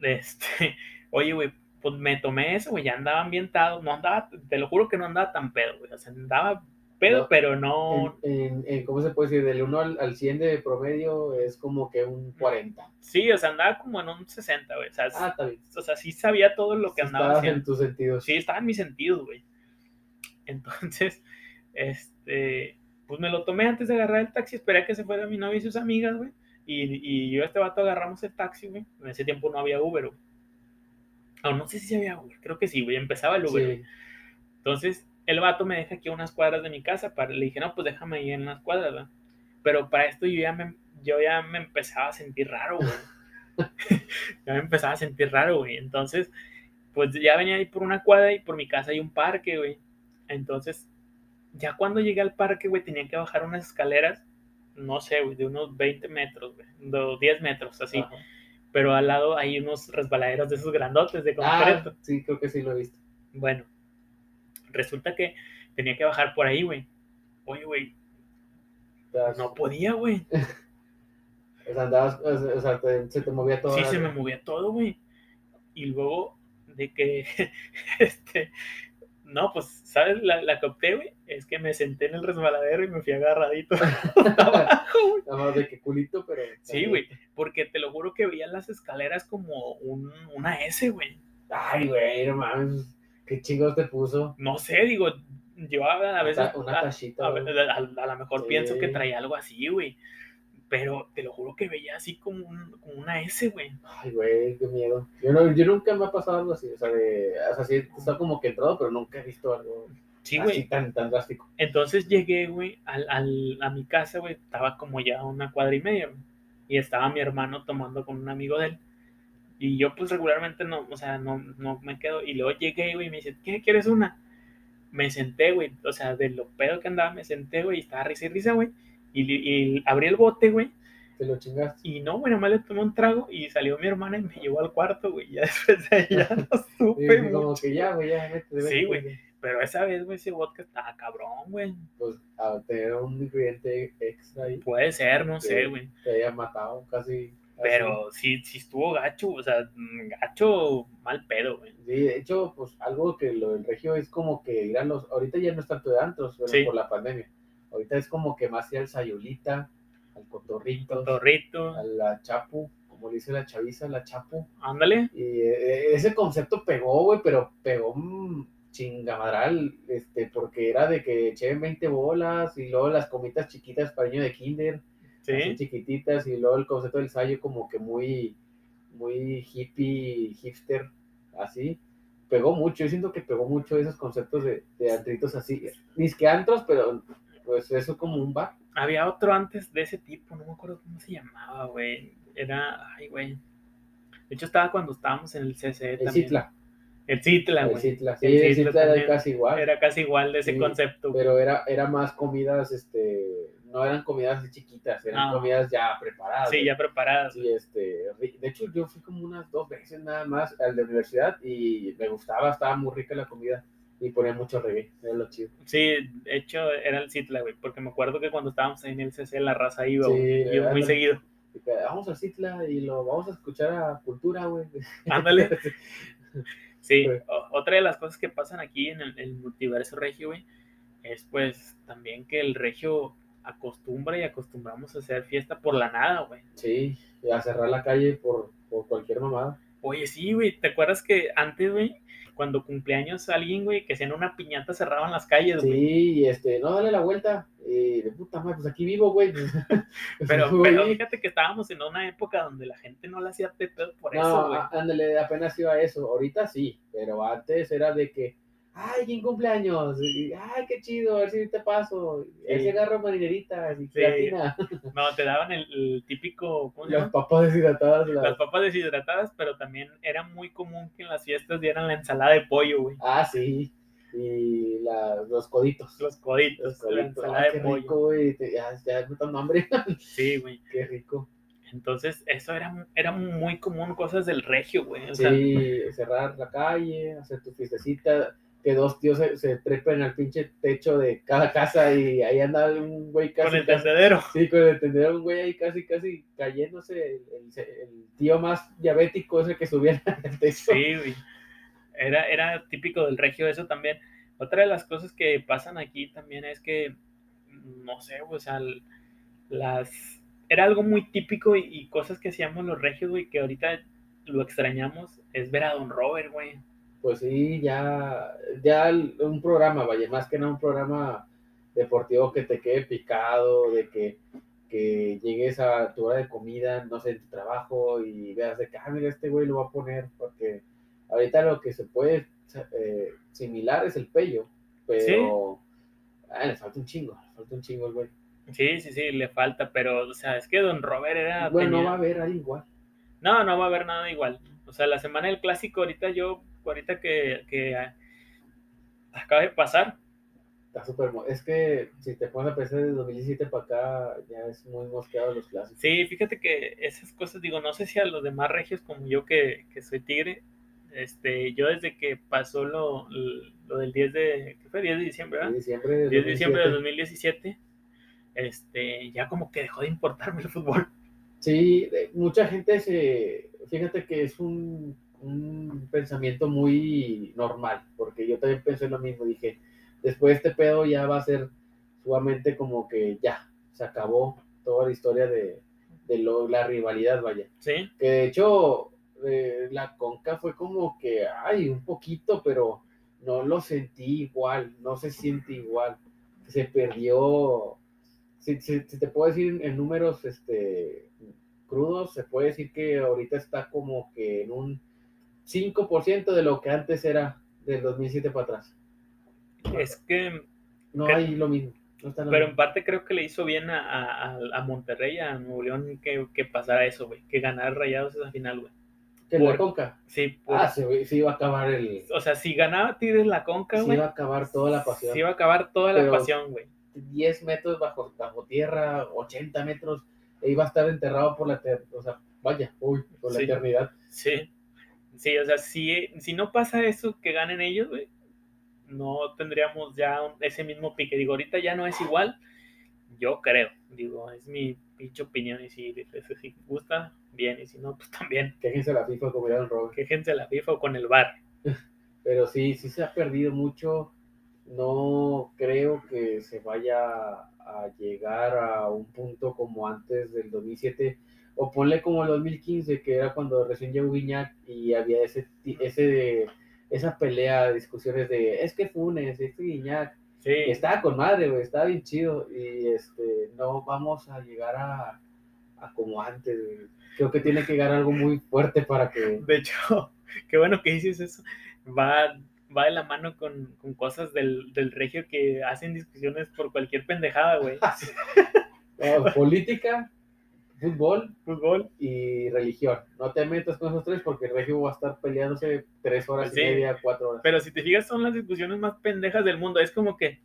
Speaker 1: Este, oye, güey, pues me tomé eso, güey, ya andaba ambientado, no andaba, te lo juro que no andaba tan pedo, güey, o sea, andaba pedo,
Speaker 2: No,
Speaker 1: pero no,
Speaker 2: En, en- en- ¿Cómo se puede decir? Del 1 al, al 100 de promedio es como que un 40.
Speaker 1: sí, o sea, andaba como en un 60, güey, o sea,
Speaker 2: Ah, está bien.
Speaker 1: o sea, sí sabía todo lo que
Speaker 2: Sí
Speaker 1: andaba
Speaker 2: estabas
Speaker 1: haciendo.
Speaker 2: en tus sentidos.
Speaker 1: Sí, estaba en mis sentidos, güey. Entonces, este, pues me lo tomé antes de agarrar el taxi, esperé a que se fuera mi novia y sus amigas, güey. Y, y yo y este vato agarramos el taxi, güey. En ese tiempo no había Uber, güey. Aún no sé si había Uber, creo que sí, güey. Empezaba el Uber. güey.
Speaker 2: Sí,
Speaker 1: Entonces, el vato me deja aquí a unas cuadras de mi casa. Para... Le dije, no, pues déjame ahí en unas cuadras, ¿verdad? Pero para esto yo ya me, yo ya me empezaba a sentir raro, güey. ya me empezaba a sentir raro, güey. Entonces, pues ya venía ahí por una cuadra y por mi casa hay un parque, güey. Entonces, ya cuando llegué al parque, güey, tenía que bajar unas escaleras, no sé, güey, de unos 20 metros, güey, de 10 metros, así.
Speaker 2: Ajá.
Speaker 1: Pero al lado hay unos resbaladeros de esos grandotes de concreto.
Speaker 2: Ah, sí, creo que sí lo he visto.
Speaker 1: Bueno, resulta que tenía que bajar por ahí, güey. Oye, güey,
Speaker 2: Estás-
Speaker 1: no podía, güey.
Speaker 2: O sea, andabas, o sea, o sea, te- se te movía todo.
Speaker 1: Sí, se me movía todo, güey. Y luego de que, este, no, pues, ¿sabes? La, la que opté, güey, es que me senté en el resbaladero y me fui agarradito.
Speaker 2: Nada más de que culito, pero.
Speaker 1: Sí, güey, porque te lo juro que veía las escaleras como un- una S, güey.
Speaker 2: Ay, güey, no mames. Qué chingos te puso.
Speaker 1: No sé, digo, yo a, a veces,
Speaker 2: Ta- Una
Speaker 1: a,
Speaker 2: tachita.
Speaker 1: a-
Speaker 2: güey.
Speaker 1: a- a- a lo mejor
Speaker 2: Sí.
Speaker 1: pienso que traía algo así, güey. Pero te lo juro que veía así como, un- como una S, güey.
Speaker 2: Ay, güey, qué miedo. Yo, no- yo nunca me ha pasado algo así. O sea, de, o sea, sí, está como que entrado, pero nunca he visto algo
Speaker 1: Sí,
Speaker 2: así
Speaker 1: güey.
Speaker 2: tan, tan drástico.
Speaker 1: Entonces llegué, güey, al, al- a mi casa, güey, estaba como ya a una cuadra y media, güey, y estaba mi hermano tomando con un amigo de él. Y yo, pues, regularmente no, o sea, no, no me quedo. Y luego llegué, güey, y me dice, ¿qué? ¿Quieres una? Me senté, güey, o sea, de lo pedo que andaba, me senté, güey, y estaba risa y risa, güey. Y, li- y abrí el bote, güey,
Speaker 2: Te lo chingaste.
Speaker 1: y no, güey, nomás le tomé un trago y salió mi hermana y me llevó al cuarto, güey. Ya después de ahí ya no
Speaker 2: Y
Speaker 1: supe,
Speaker 2: como
Speaker 1: mucho.
Speaker 2: que ya, güey, ya, vete, vete,
Speaker 1: Sí, güey.
Speaker 2: vete.
Speaker 1: Pero esa vez, güey, ese vodka estaba cabrón, güey.
Speaker 2: Pues a tener un ingrediente extra ahí,
Speaker 1: Puede ser, no sé,
Speaker 2: Sí.
Speaker 1: güey.
Speaker 2: te hayan matado casi. así.
Speaker 1: Pero sí, sí estuvo gacho, o sea, mm, gacho, mal pedo, güey.
Speaker 2: Sí, de hecho, pues algo que lo del regio es como que ir a los. Ahorita ya no es tanto de antros, bueno,
Speaker 1: Sí.
Speaker 2: por la pandemia. Ahorita es como que más ir al Sayulita, al Cotorrito,
Speaker 1: Torrito,
Speaker 2: a la Chapu, como le dice la chaviza, la Chapu.
Speaker 1: ándale.
Speaker 2: Y eh, ese concepto pegó, güey, pero pegó mm, chingamadral, este, porque era de que echen 20 bolas y luego las comitas chiquitas para niño de kinder, así
Speaker 1: Sí,
Speaker 2: chiquititas, y luego el concepto del sayo como que muy, muy hippie, hipster, así. Pegó mucho, yo siento que pegó mucho esos conceptos de, de antritos así, mis que antros, pero pues eso como un bar.
Speaker 1: había otro antes de ese tipo, no me acuerdo cómo se llamaba, güey. Era, ay, güey. De hecho, estaba cuando estábamos en el CC
Speaker 2: El
Speaker 1: también.
Speaker 2: Citla,
Speaker 1: El Citla,
Speaker 2: el
Speaker 1: güey.
Speaker 2: Citla, sí,
Speaker 1: El
Speaker 2: el
Speaker 1: Citla
Speaker 2: Citla era
Speaker 1: también.
Speaker 2: casi igual.
Speaker 1: Era casi igual de ese
Speaker 2: Sí,
Speaker 1: concepto, güey.
Speaker 2: pero era, era más comidas, este, no eran comidas así chiquitas, eran
Speaker 1: Ah.
Speaker 2: comidas ya preparadas.
Speaker 1: Sí, ya preparadas.
Speaker 2: Y este, ri- de hecho yo fui como unas dos veces nada más al de universidad y me gustaba, estaba muy rica la comida y ponía mucho reggae, era lo chido.
Speaker 1: Sí, de hecho, era el Citla, güey. Porque me acuerdo que cuando estábamos ahí en el CC, la raza iba,
Speaker 2: Sí,
Speaker 1: güey. Iba muy
Speaker 2: ándale.
Speaker 1: seguido.
Speaker 2: Y que, vamos a Citla y lo vamos a escuchar a Cultura, güey.
Speaker 1: Ándale. Sí,
Speaker 2: Sí.
Speaker 1: o- otra de las cosas que pasan aquí en el, el multiverso regio, güey, es pues también que el regio acostumbra y acostumbramos a hacer fiesta por la nada, güey.
Speaker 2: Sí, y a cerrar la calle por, por cualquier mamada.
Speaker 1: Oye, sí, güey, ¿te acuerdas que antes, güey, cuando cumpleaños alguien, güey, que en una piñata cerraban las calles,
Speaker 2: Sí,
Speaker 1: güey.
Speaker 2: y este, no, dale la vuelta. Y de puta madre, pues aquí vivo, güey.
Speaker 1: Pero,
Speaker 2: Güey,
Speaker 1: pero fíjate que estábamos en una época donde la gente no le hacía de pedo por eso,
Speaker 2: No, ah.
Speaker 1: güey.
Speaker 2: á- ándale, apenas iba a eso. Ahorita sí, pero antes era de que, ay, ¿quién cumpleaños? Y, Ay, qué chido, a ver si te paso. Ese agarro marineritas y platina.
Speaker 1: No, te daban el, el típico, ¿cómo se
Speaker 2: Las
Speaker 1: llama?
Speaker 2: papas deshidratadas. las-
Speaker 1: Las papas deshidratadas, pero también era muy común que en las fiestas dieran la ensalada de pollo, güey.
Speaker 2: Ah, sí. Y la- los coditos.
Speaker 1: Los coditos,
Speaker 2: Los
Speaker 1: la
Speaker 2: coditos.
Speaker 1: ensalada
Speaker 2: Ah,
Speaker 1: de
Speaker 2: qué
Speaker 1: pollo.
Speaker 2: rico, güey. Te- Ya, ya me está dando hambre.
Speaker 1: Sí, güey.
Speaker 2: qué rico.
Speaker 1: Entonces, eso era, era muy común, cosas del regio, güey. O sea,
Speaker 2: Sí, cerrar la calle, hacer tu fiestecita, que dos tíos se, se trepen al pinche techo de cada casa y ahí anda un güey casi.
Speaker 1: con el
Speaker 2: casi-
Speaker 1: tendedero.
Speaker 2: sí, con el tendedero, un güey ahí casi, casi cayéndose. El, el- el tío más diabético es el que subía al techo.
Speaker 1: Sí, güey. Era, era típico del regio eso también. Otra de las cosas que pasan aquí también es que, no sé, o sea, l- las... Era algo muy típico y, y cosas que hacíamos los regios, güey, que ahorita lo extrañamos, es ver a Don Robert, güey.
Speaker 2: Pues sí, ya, ya el- un programa, vaya, más que nada un programa deportivo que te quede picado, de que, que llegues a tu hora de comida, no sé, en tu trabajo y veas de que, ah, mira, este güey lo va a poner, porque ahorita lo que se puede eh, similar es el pello, pero ah, le falta un chingo, le falta un chingo el güey.
Speaker 1: Sí, sí, sí, le falta, pero, o sea, es que Don Robert era...
Speaker 2: Bueno, no
Speaker 1: Ah, tenía-
Speaker 2: va a haber alguien igual.
Speaker 1: No, no va a haber nada igual. O sea, la semana del clásico, ahorita yo, ahorita que, que ah, acaba de pasar,
Speaker 2: Está súper mo- Es que si te pones a pensar desde 2017 para acá, ya es muy mosqueado los clásicos.
Speaker 1: Sí, fíjate que esas cosas, digo, no sé si a los demás regios como yo que, que soy tigre, este, yo desde que pasó lo, lo del 10 de, ¿qué fue? 10 de diciembre,
Speaker 2: En
Speaker 1: ¿verdad?
Speaker 2: diciembre del
Speaker 1: 10 ¿Ah? de diciembre de
Speaker 2: 2007.
Speaker 1: 2017, este, ya como que dejó de importarme el fútbol.
Speaker 2: Sí, de- mucha gente se. Fíjate que es un, un pensamiento muy normal, porque yo también pensé lo mismo. Dije, después de este pedo ya va a ser sumamente como que ya, se acabó toda la historia de, de lo- la rivalidad, vaya.
Speaker 1: Sí,
Speaker 2: Que de hecho, eh, la Conca fue como que, ay, un poquito, pero no lo sentí igual, no se siente igual. Se perdió, si, si- si te puedo decir en números este, crudos, se puede decir que ahorita está como que en un 5% de lo que antes era del 2007 para atrás.
Speaker 1: es que,
Speaker 2: No
Speaker 1: Ok.
Speaker 2: hay lo mismo. No está lo
Speaker 1: pero en
Speaker 2: mismo.
Speaker 1: parte creo que le hizo bien a, a- a- a Monterrey, a Nuevo León, que, que pasara eso, güey, que ganar Rayados esa final, güey.
Speaker 2: Que la
Speaker 1: por-
Speaker 2: Conca.
Speaker 1: Sí, por-
Speaker 2: Ah, se, se iba a acabar el...
Speaker 1: o sea, si ganaba Tigres la Conca,
Speaker 2: Se
Speaker 1: güey,
Speaker 2: iba a acabar toda la pasión.
Speaker 1: se iba a acabar toda la
Speaker 2: Pero-
Speaker 1: pasión, güey.
Speaker 2: 10 metros bajo, bajo tierra, 80 metros, e iba a estar enterrado por la eternidad. O sea, vaya, uy, por la
Speaker 1: Sí.
Speaker 2: eternidad.
Speaker 1: Sí, sí, o sea, si, si no pasa eso que ganen ellos, güey, no tendríamos ya un- ese mismo pique. Digo, ahorita ya no es igual, yo creo, digo, es mi pinche opinión y si les si gusta, bien, y si no, pues también,
Speaker 2: Quéjense la FIFA como ya el Robert.
Speaker 1: que gente la FIFA o con el bar.
Speaker 2: Pero sí, sí se ha perdido mucho. No creo que se vaya a llegar a un punto como antes del 2007. O ponle como el 2015, que era cuando recién llegó Guiñac y había ese, ti- ese de- esa pelea, discusiones de es que Funes, es que Guiñac,
Speaker 1: Sí,
Speaker 2: Estaba con madre, güey, estaba bien chido. Y este, no vamos a llegar a, a como antes, güey. Creo que tiene que llegar algo muy fuerte para que.
Speaker 1: de hecho, qué bueno que dices eso. Va, va de la mano con, con cosas del, del regio que hacen discusiones por cualquier pendejada, güey.
Speaker 2: no, Eh, política, fútbol
Speaker 1: Fútbol,
Speaker 2: y religión. No te metas con esos tres porque el regio va a estar peleándose tres horas
Speaker 1: Pues Sí.
Speaker 2: y media, cuatro horas.
Speaker 1: Pero si te fijas, son las discusiones más pendejas del mundo. Es como que,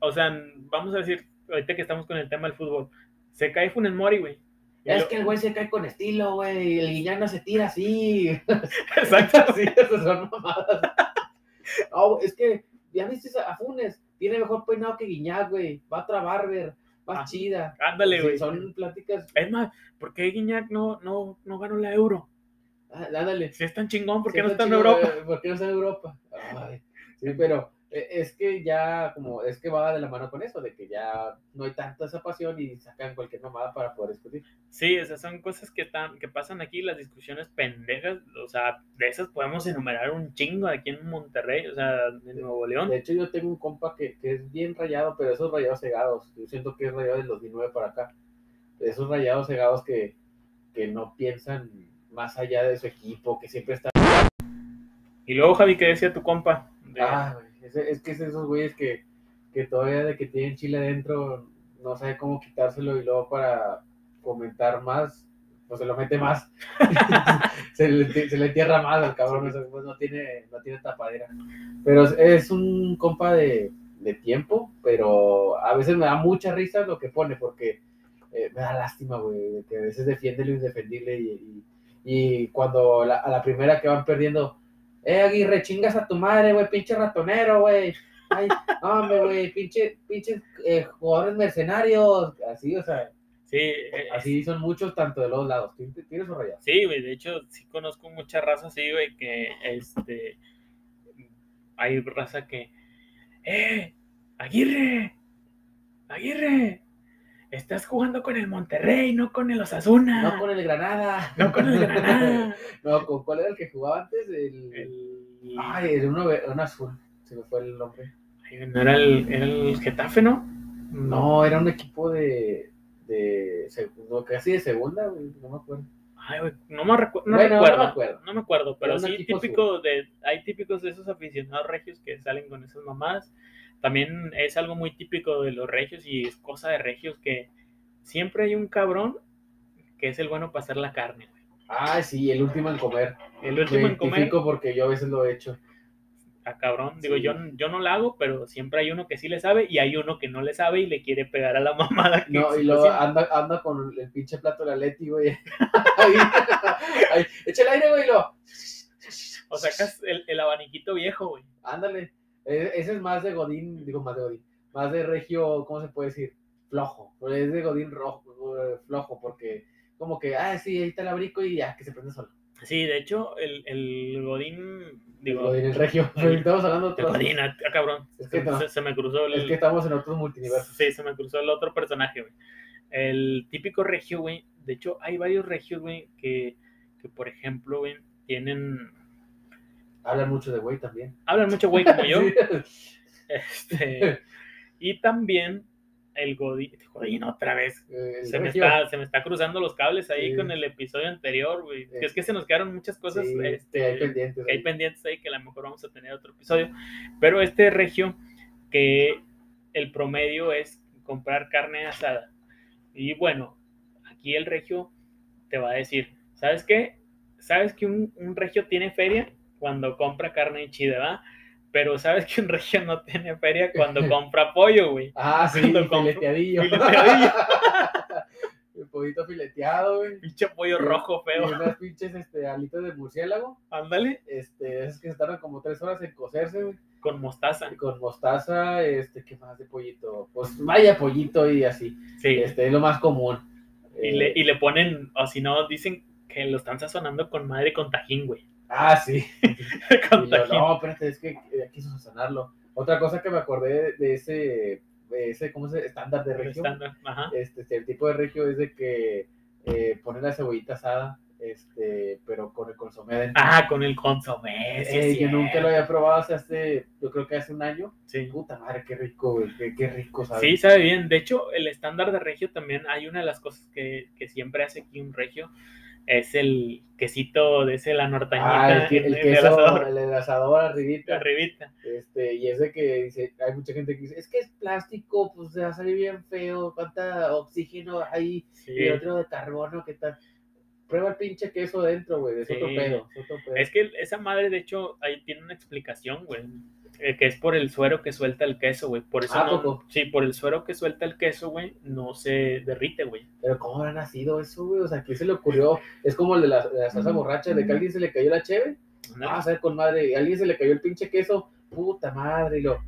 Speaker 1: o sea, vamos a decir, ahorita que estamos con el tema del fútbol, se cae Funes Mori, güey. Y
Speaker 2: Es
Speaker 1: lo-
Speaker 2: que el güey se cae con estilo, güey. El guiñán no se tira así.
Speaker 1: Exacto.
Speaker 2: Sí, esas son mamadas. No, es que, ya viste a Funes, tiene mejor peinado que Guiñac, güey. Va a Barber, más
Speaker 1: Ah,
Speaker 2: chida.
Speaker 1: Ándale,
Speaker 2: Sí,
Speaker 1: güey.
Speaker 2: son pláticas,
Speaker 1: Es más, ¿por qué Guiñac no, no, no ganó la Euro?
Speaker 2: ah, ándale.
Speaker 1: Si es tan chingón, ¿por qué
Speaker 2: Sí,
Speaker 1: no está en
Speaker 2: chido,
Speaker 1: Europa?
Speaker 2: eh, ¿Por qué no está en Europa? Ay, sí, pero Es que ya, como, es que va de la mano con eso, de que ya no hay tanta esa pasión y sacan cualquier mamada para poder discutir.
Speaker 1: Sí, o sea, son cosas que, están, que pasan aquí, las discusiones pendejas, o sea, de esas podemos enumerar un chingo aquí en Monterrey, o sea, en Nuevo León.
Speaker 2: De hecho, yo tengo un compa que, que es bien rayado, pero esos rayados cegados, yo siento que es rayado del 2009 para acá, esos rayados cegados que, que no piensan más allá de su equipo, que siempre están...
Speaker 1: Y luego, Javi, ¿qué decía tu compa?
Speaker 2: De... Ah, es, es, que es esos güeyes que, que, todavía de que tienen chile adentro no sabe cómo quitárselo y luego para comentar más, pues se lo mete más. se, le, se, le, entierra más al cabrón, sí. o sea, pues no tiene, no tiene tapadera. Pero es un compa de, de, tiempo, pero a veces me da mucha risa lo que pone, porque eh, me da lástima, güey, que a veces defiende lo indefendible y, y, y cuando la, a la primera que van perdiendo eh, Aguirre, chingas a tu madre, güey, pinche ratonero, güey. Ay, hombre, güey, pinche, pinches eh, jugadores mercenarios, así, o sea.
Speaker 1: Sí,
Speaker 2: eh, así son muchos, tanto de los lados. ¿Tienes o rayas?
Speaker 1: Sí, güey, de hecho, sí conozco mucha raza así, güey, que este. Hay raza que. ¡Eh! ¡Aguirre! ¡Aguirre! estás jugando con el Monterrey, no con el Osasuna.
Speaker 2: No con el Granada.
Speaker 1: No con el Granada.
Speaker 2: no, ¿con cuál era el que jugaba antes? El. el... Ay, el uno, uno, azul. Se me fue el nombre.
Speaker 1: Ay, no era el, era el Getafe, ¿no?
Speaker 2: No, era un equipo de. de segundo, casi de segunda, güey. No me acuerdo.
Speaker 1: Ay, güey, no me, recu no bueno, recuerdo, no me acuerdo. No me acuerdo, pero sí típico sur. de, hay típicos de esos aficionados regios que salen con esas mamás también es algo muy típico de los regios y es cosa de regios que siempre hay un cabrón que es el bueno para hacer la carne. Güey.
Speaker 2: Ah, sí, el último en comer.
Speaker 1: El último
Speaker 2: Me
Speaker 1: en comer.
Speaker 2: porque yo a veces lo he hecho.
Speaker 1: A cabrón, digo, sí. yo, yo no la hago, pero siempre hay uno que sí le sabe y hay uno que no le sabe y le quiere pegar a la mamada. Que
Speaker 2: no, y luego anda, anda con el pinche plato de la Leti, güey. ahí, ahí, echa el aire, güey, lo.
Speaker 1: O sacas el, el abaniquito viejo, güey.
Speaker 2: Ándale. E, Ese es más de Godín, digo más de Godín, más de Regio, ¿cómo se puede decir? Flojo, es de Godín rojo, eh, flojo, porque como que, ah, sí, ahí está el abrico y ya, que se prende solo.
Speaker 1: Sí, de hecho, el, el Godín, digo...
Speaker 2: El Godín, el Regio, el, estamos hablando
Speaker 1: de Godín, ah, cabrón, es que se, no. se, me cruzó el...
Speaker 2: Es que estamos en otros multiversos.
Speaker 1: Sí, se me cruzó el otro personaje, güey. El típico Regio, güey, de hecho, hay varios Regios, güey, que, que por ejemplo, güey, tienen
Speaker 2: Hablan mucho de güey también.
Speaker 1: Hablan mucho güey como yo. Este, y también el Godín, Godín otra vez. Eh, se, me está, se, me está, cruzando los cables ahí eh, con el episodio anterior, güey. Eh, que es que se nos quedaron muchas cosas este,
Speaker 2: que hay, pendientes,
Speaker 1: que hay pendientes ahí que a lo mejor vamos a tener otro episodio. Pero este regio, que el promedio es comprar carne asada. Y bueno, aquí el regio te va a decir, ¿sabes qué? ¿Sabes que un, un regio tiene feria? cuando compra carne chida, ¿verdad? Pero sabes que un regio no tiene feria cuando compra pollo, güey.
Speaker 2: Ah, sí, cuando fileteadillo. Fileteadillo. El pollito fileteado, güey.
Speaker 1: Pinche pollo y, rojo feo.
Speaker 2: Y unas pinches este, alitas de murciélago.
Speaker 1: Ándale.
Speaker 2: Este, esas que se tardan como tres horas en cocerse, güey.
Speaker 1: Con mostaza.
Speaker 2: Y con mostaza, este, ¿qué más de pollito? Pues vaya pollito y así. Sí. Este, es lo más común.
Speaker 1: Y, eh, le, y le ponen, o si no, dicen que lo están sazonando con madre con tajín, güey.
Speaker 2: Ah, sí. yo, no, espérate, es que eh, quiso sanarlo. Otra cosa que me acordé de ese, de ese ¿cómo se Estándar de regio.
Speaker 1: Standard, ajá.
Speaker 2: Este, este, el tipo de regio es de que eh, ponen la cebollita asada, este, pero con el consomé adentro.
Speaker 1: Ah, con el consomé, sí,
Speaker 2: eh, Yo nunca lo había probado hasta hace, yo creo que hace un año.
Speaker 1: Sí.
Speaker 2: Puta madre, qué rico, güey, qué, qué, rico sabe.
Speaker 1: Sí, sabe bien. De hecho, el estándar de regio también, hay una de las cosas que, que siempre hace aquí un regio, es el quesito de ese, la nortañita.
Speaker 2: Ah, el, el, el, queso, el, asador. el, asador. arribita.
Speaker 1: Arribita.
Speaker 2: Este, y es de que dice, hay mucha gente que dice, es que es plástico, pues se va a salir bien feo, cuánta oxígeno hay, sí. y otro de carbono, ¿qué tal? Prueba el pinche queso dentro, güey, es, sí. otro pedo, es otro pedo.
Speaker 1: Es que esa madre, de hecho, ahí tiene una explicación, güey. eh, Que es por el suero que suelta el queso, güey. Por eso
Speaker 2: ah,
Speaker 1: no,
Speaker 2: poco.
Speaker 1: Sí, por el suero que suelta el queso, güey, no se derrite, güey.
Speaker 2: Pero ¿cómo habrá nacido eso, güey? O sea, ¿qué se le ocurrió? Es como el de la, de la salsa borracha, de que a alguien se le cayó la cheve. No. Ah, o sea, con madre, a alguien se le cayó el pinche queso. Puta madre, lo.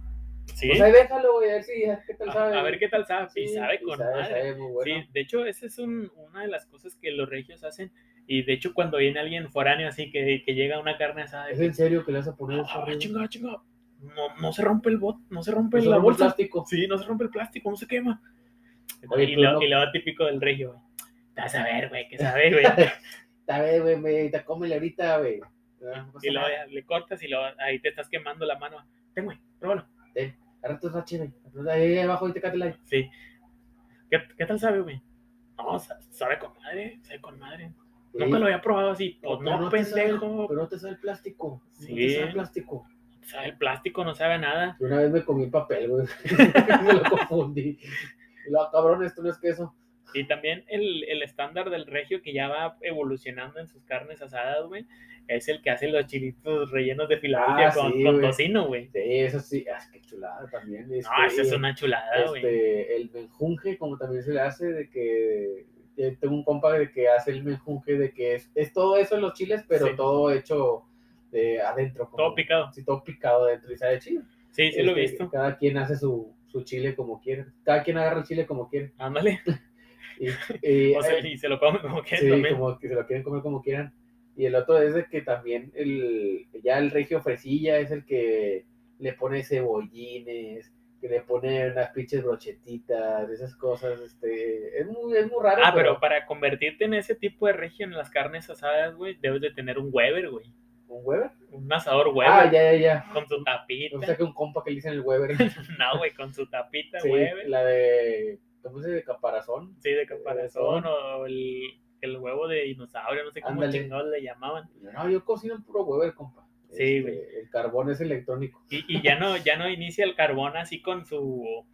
Speaker 1: Sí.
Speaker 2: O sea, déjalo, güey, a ver si, qué tal sabe.
Speaker 1: A, a ver qué tal sabe, sí, sí sabe con
Speaker 2: sabe,
Speaker 1: madre.
Speaker 2: Sabe muy bueno.
Speaker 1: Sí, de hecho, esa es un, una de las cosas que los regios hacen. Y de hecho, cuando viene alguien foráneo así que, que llega una carne asada.
Speaker 2: ¿Es en serio que le vas a poner eso?
Speaker 1: Ah, chinga, chinga no, no se rompe el bot, no se rompe
Speaker 2: No se
Speaker 1: la
Speaker 2: rompe el
Speaker 1: bolsa.
Speaker 2: plástico.
Speaker 1: Sí, no se rompe el plástico, no se quema.
Speaker 2: Oye,
Speaker 1: y,
Speaker 2: pero
Speaker 1: lo,
Speaker 2: no-
Speaker 1: y lo típico del regio, güey. Te vas a ver, güey, que sabes, güey.
Speaker 2: A ver, güey, me, te cómele ahorita, güey. No pasa
Speaker 1: y lo,
Speaker 2: nada.
Speaker 1: le cortas y lo, ahí te estás quemando la mano. Ten, güey, pruébalo.
Speaker 2: Al rato es rache, güey. Al rato Ahí abajo, y te cátela ahí.
Speaker 1: Sí. ¿Qué, qué tal sabe, güey? No, sa- sabe con madre, sabe con madre. Nunca
Speaker 2: Sí.
Speaker 1: lo había probado así. Pues
Speaker 2: Pero
Speaker 1: no,
Speaker 2: te
Speaker 1: pendejo.
Speaker 2: sabe- pero no te sabe el plástico. No
Speaker 1: Sí.
Speaker 2: te sabe el plástico.
Speaker 1: Sabe el plástico, no sabe a nada.
Speaker 2: Yo una vez me comí el papel, güey. me lo confundí. Y lo "Ah, cabrón, esto no es queso.
Speaker 1: Y también el, el estándar del regio que ya va evolucionando en sus carnes asadas, güey, es el que hace los chilitos rellenos de Filadelfia
Speaker 2: Ah,
Speaker 1: con,
Speaker 2: sí,
Speaker 1: con
Speaker 2: güey.
Speaker 1: tocino, güey.
Speaker 2: Sí, eso sí. Ah, es que chulada también. Este,
Speaker 1: No, esa es una chulada, Ah, güey.
Speaker 2: este, el menjunje, como también se le hace, de que eh, tengo un compa de que hace el menjunje, de que es, es todo eso en los chiles, pero
Speaker 1: Sí.
Speaker 2: todo hecho eh, adentro. como-
Speaker 1: Todo picado.
Speaker 2: Sí, todo picado adentro y sabe chido.
Speaker 1: Sí, sí lo he
Speaker 2: Este,
Speaker 1: visto.
Speaker 2: Cada quien hace su, su chile como quiere. Cada quien agarra el chile como quiere.
Speaker 1: Ándale.
Speaker 2: Y, y,
Speaker 1: O sea,
Speaker 2: eh,
Speaker 1: y se lo comen como que
Speaker 2: sí,
Speaker 1: también.
Speaker 2: como que se lo quieren comer como quieran. Y el otro es de que también el, ya el regio fresilla es el que le pone cebollines, que le pone unas pinches brochetitas, esas cosas. Este, es, muy, es muy raro.
Speaker 1: Ah, pero para convertirte en ese tipo de regio en las carnes asadas, güey, debes de tener un Weber, güey.
Speaker 2: ¿Un Weber?
Speaker 1: Un asador
Speaker 2: Ah,
Speaker 1: Weber
Speaker 2: ya, ya, ya.
Speaker 1: con su
Speaker 2: O
Speaker 1: tapita.
Speaker 2: sea que un compa que le dicen el Weber.
Speaker 1: No, güey, con su tapita
Speaker 2: Sí,
Speaker 1: Weber.
Speaker 2: la de. ¿Cómo se dice? Caparazón.
Speaker 1: Sí, de caparazón o el, el huevo de dinosaurio, no sé cómo
Speaker 2: Ándale.
Speaker 1: chingados le llamaban.
Speaker 2: No, yo cocino en puro Weber, compa.
Speaker 1: Sí,
Speaker 2: Este,
Speaker 1: güey.
Speaker 2: El carbón es electrónico.
Speaker 1: Y, y ya no ya no inicia el carbón así con su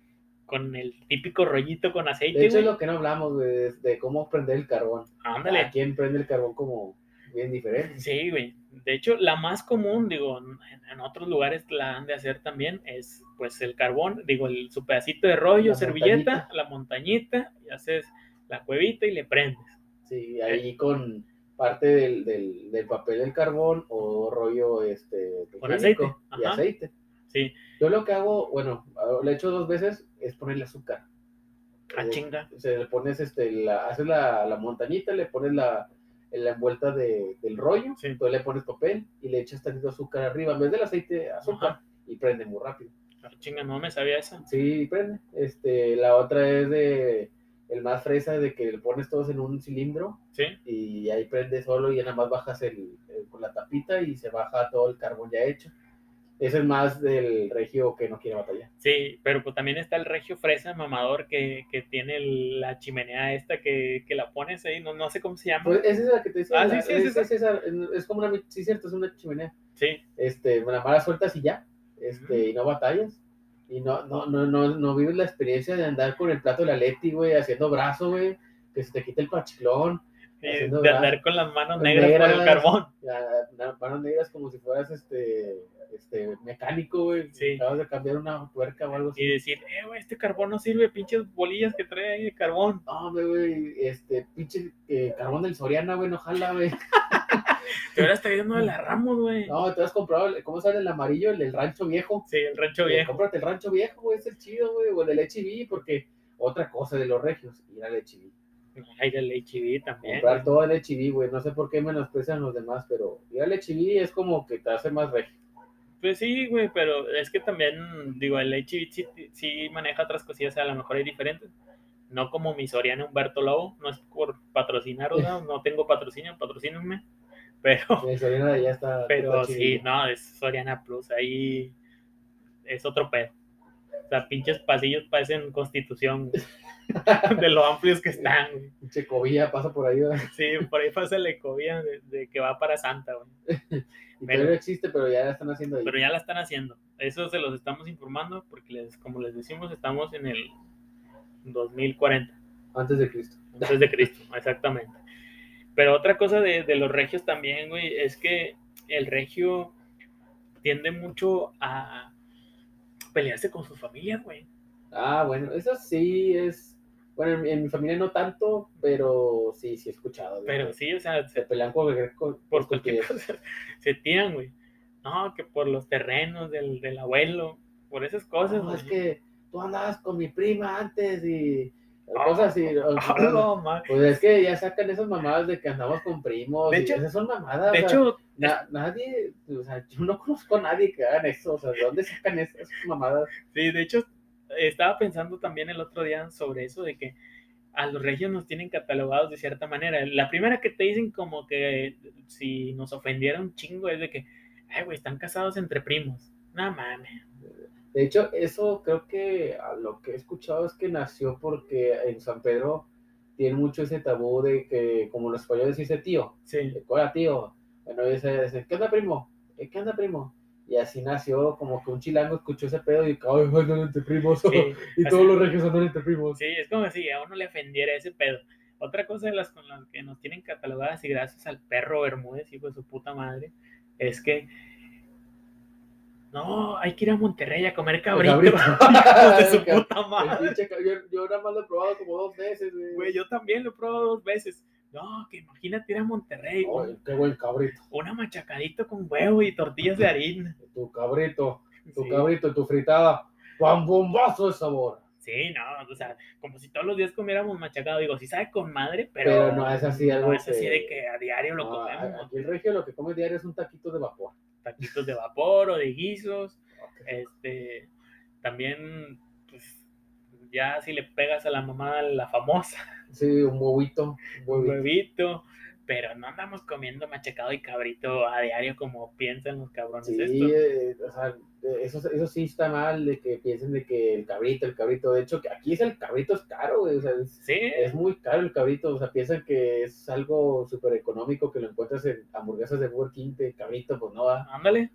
Speaker 1: con el típico rollito con
Speaker 2: De
Speaker 1: aceite,
Speaker 2: hecho, es
Speaker 1: güey.
Speaker 2: lo que no hablamos, güey, de, de cómo prender el carbón.
Speaker 1: Ándale.
Speaker 2: Aquí prende el carbón como bien diferente.
Speaker 1: Sí, güey. De hecho, la más común, digo, en, en otros lugares la han de hacer también, es pues el carbón, digo, el, su pedacito de rollo,
Speaker 2: La
Speaker 1: servilleta,
Speaker 2: montañita.
Speaker 1: la montañita, y haces la cuevita y le prendes.
Speaker 2: Sí,
Speaker 1: Eh.
Speaker 2: ahí con parte del, del, del papel del carbón o rollo este
Speaker 1: Con
Speaker 2: higiénico
Speaker 1: aceite,
Speaker 2: y
Speaker 1: ajá.
Speaker 2: aceite.
Speaker 1: Sí,
Speaker 2: Yo lo que hago, bueno, lo he hecho dos veces, es ponerle azúcar.
Speaker 1: a
Speaker 2: Eh,
Speaker 1: Ah, chinga.
Speaker 2: se le pones este, la, haces la, la montañita, le pones la, la envuelta de, del rollo,
Speaker 1: Sí.
Speaker 2: entonces le pones papel y le echas tantito azúcar arriba, en vez del aceite, azúcar, y prende muy rápido.
Speaker 1: A Ah, chinga, no me sabía esa.
Speaker 2: Sí, prende. Este, la otra es de el más fresa de que le pones todos en un cilindro
Speaker 1: Sí,
Speaker 2: y ahí prende solo y ya nada más bajas el, el- con la tapita y se baja todo el carbón ya hecho. Ese es más del regio que no quiere batallar.
Speaker 1: sí, pero pues también está el regio fresa mamador que, que tiene el- la chimenea esta que, que la pones ahí, no, no sé cómo se llama.
Speaker 2: Pues esa es la que te decía.
Speaker 1: Ah, sí,
Speaker 2: la-
Speaker 1: sí, es
Speaker 2: es,
Speaker 1: esa.
Speaker 2: es esa, es como una, sí, cierto, es una chimenea.
Speaker 1: Sí,
Speaker 2: Este, la mala sueltas y ya, este,
Speaker 1: Ujú.
Speaker 2: y no batallas. Y no, no, no, no, no vives la experiencia de andar con el plato de la Leti, güey, haciendo brazo, güey, que se te quite el pachiclón.
Speaker 1: y
Speaker 2: Haciendo
Speaker 1: de
Speaker 2: bra-
Speaker 1: andar con las manos negras, por el
Speaker 2: negras.
Speaker 1: carbón.
Speaker 2: la, la mano negras como si fueras este este mecánico, güey.
Speaker 1: Sí.
Speaker 2: Acabas de cambiar una tuerca o algo así.
Speaker 1: Y decir, eh, güey, este carbón no sirve, pinches bolillas que trae ahí de carbón.
Speaker 2: No, hombre, güey, este pinche eh, carbón del Soriana, güey, no jala, güey.
Speaker 1: Te hubieras traído uno de la Ramos, güey.
Speaker 2: No, te has comprado, el- ¿cómo sale el amarillo? El del rancho viejo.
Speaker 1: Sí, el rancho
Speaker 2: Eh,
Speaker 1: viejo.
Speaker 2: cómprate el rancho viejo, güey, ese es chido, güey, o el del HB, porque otra cosa de los regios, ir al HB.
Speaker 1: Ay, del HIV también.
Speaker 2: Comprar todo el HB, güey, no sé por qué menosprecian los demás, pero ir al HB es como que te hace más regio.
Speaker 1: Pues sí, güey, pero es que también, digo, el HIV sí, sí maneja otras cosillas, a lo mejor hay diferentes. No como mi Soriana Humberto Lobo, no es por patrocinaros, no, no tengo patrocinio, patrocínenme. Pero,
Speaker 2: El Soriana de allá está.
Speaker 1: pero
Speaker 2: está
Speaker 1: sí,
Speaker 2: chidillo.
Speaker 1: no, es Soriana Plus, ahí es otro pedo. O sea, pinches pasillos parecen constitución, güey, de lo amplios que están, güey.
Speaker 2: Pinche cobija pasa por ahí, güey.
Speaker 1: Sí, por ahí pasa la ecovía de, de que va para Santa, güey.
Speaker 2: Y
Speaker 1: Pero-
Speaker 2: todavía no existe, pero ya la están haciendo ahí.
Speaker 1: pero ya la están haciendo. Eso se los estamos informando porque, les, como les decimos, estamos en el 2040,
Speaker 2: Antes de Cristo.
Speaker 1: antes de Cristo, exactamente. Pero otra cosa de, de los regios también, güey, es que el regio tiende mucho a pelearse con sus familias, güey.
Speaker 2: Ah, bueno, eso sí es. Bueno, en, en mi familia no tanto, pero sí, sí he escuchado. de
Speaker 1: Pero
Speaker 2: que
Speaker 1: sí, o sea,
Speaker 2: Se
Speaker 1: se-
Speaker 2: pelean con cualquier co-
Speaker 1: por cualquier
Speaker 2: estupidez.
Speaker 1: cosa se tiran, güey. No, que por los terrenos del, del abuelo, por esas cosas.
Speaker 2: No,
Speaker 1: güey.
Speaker 2: es que tú andabas con mi prima antes y,
Speaker 1: Ah,
Speaker 2: Cosas así. o-
Speaker 1: Hola, ma-
Speaker 2: Pues es que ya sacan esas mamadas de que andamos con primos.
Speaker 1: De
Speaker 2: y
Speaker 1: hecho-
Speaker 2: esas son mamadas.
Speaker 1: De
Speaker 2: o sea,
Speaker 1: hecho,
Speaker 2: na- nadie, o sea, yo no conozco a nadie que hagan eso. O sea, ¿de dónde sacan esas mamadas?
Speaker 1: sí, de hecho, estaba pensando también el otro día sobre eso, de que a los regios nos tienen catalogados de cierta manera. La primera que te dicen como que si nos ofendiera un chingo es de que, ay, güey, están casados entre primos. No mames.
Speaker 2: De hecho, eso creo que a lo que he escuchado es que nació porque en San Pedro tiene mucho ese tabú de que, como los españoles dice tío,
Speaker 1: Sí,
Speaker 2: hola tío. Bueno, dice, dice, ¿qué onda, primo? "Eh, ¿Qué onda, primo? Y así nació, como que un chilango escuchó ese pedo y, ay, andan entre primos.
Speaker 1: sí,
Speaker 2: y
Speaker 1: Eh, así-
Speaker 2: todos los regios andan entre primos.
Speaker 1: sí, es como si a uno le ofendiera ese pedo. Otra cosa de las con las que nos tienen catalogadas y gracias al perro Bermúdez, hijo de su puta madre, es que no, hay que ir a Monterrey a comer cabrito.
Speaker 2: Cabrito.
Speaker 1: Hijos de su
Speaker 2: El
Speaker 1: puta
Speaker 2: El
Speaker 1: madre.
Speaker 2: pinche ca- yo, yo nada más lo he probado como dos veces, güey.
Speaker 1: Ah, Güey, yo también lo he probado dos veces. No, que imagínate ir a Monterrey,
Speaker 2: Ay,
Speaker 1: un-
Speaker 2: qué buen cabrito.
Speaker 1: una machacadito con huevo y tortillas de harina.
Speaker 2: Tu cabrito, tu
Speaker 1: Sí.
Speaker 2: cabrito, tu fritada. ¡Pam, bombazo de sabor!
Speaker 1: Sí, no, o sea, como si todos los días comiéramos machacado. Digo, sí sabe con madre, pero,
Speaker 2: Pero, no es así algo
Speaker 1: no es así
Speaker 2: que-
Speaker 1: de que a diario lo
Speaker 2: no,
Speaker 1: comemos.
Speaker 2: Aquí Ah, el regio lo que come diario es un taquito de vapor.
Speaker 1: Taquitos de vapor o de guisos. Este, también, pues, ya si le pegas a la mamá la famosa,
Speaker 2: Sí, un huevito. Un
Speaker 1: un
Speaker 2: huevito.
Speaker 1: huevito. Pero no andamos comiendo machacado y cabrito a diario como piensan los cabrones
Speaker 2: Sí,
Speaker 1: estos.
Speaker 2: eh, o sea, eh, eso, eso sí está mal de que piensen de que el cabrito, el cabrito. De hecho, que aquí es el cabrito es caro, güey. O sea, es,
Speaker 1: Sí,
Speaker 2: es muy caro el cabrito. O sea, piensan que es algo súper económico que lo encuentras en hamburguesas de Burger King, de cabrito, pues no va.
Speaker 1: ándale.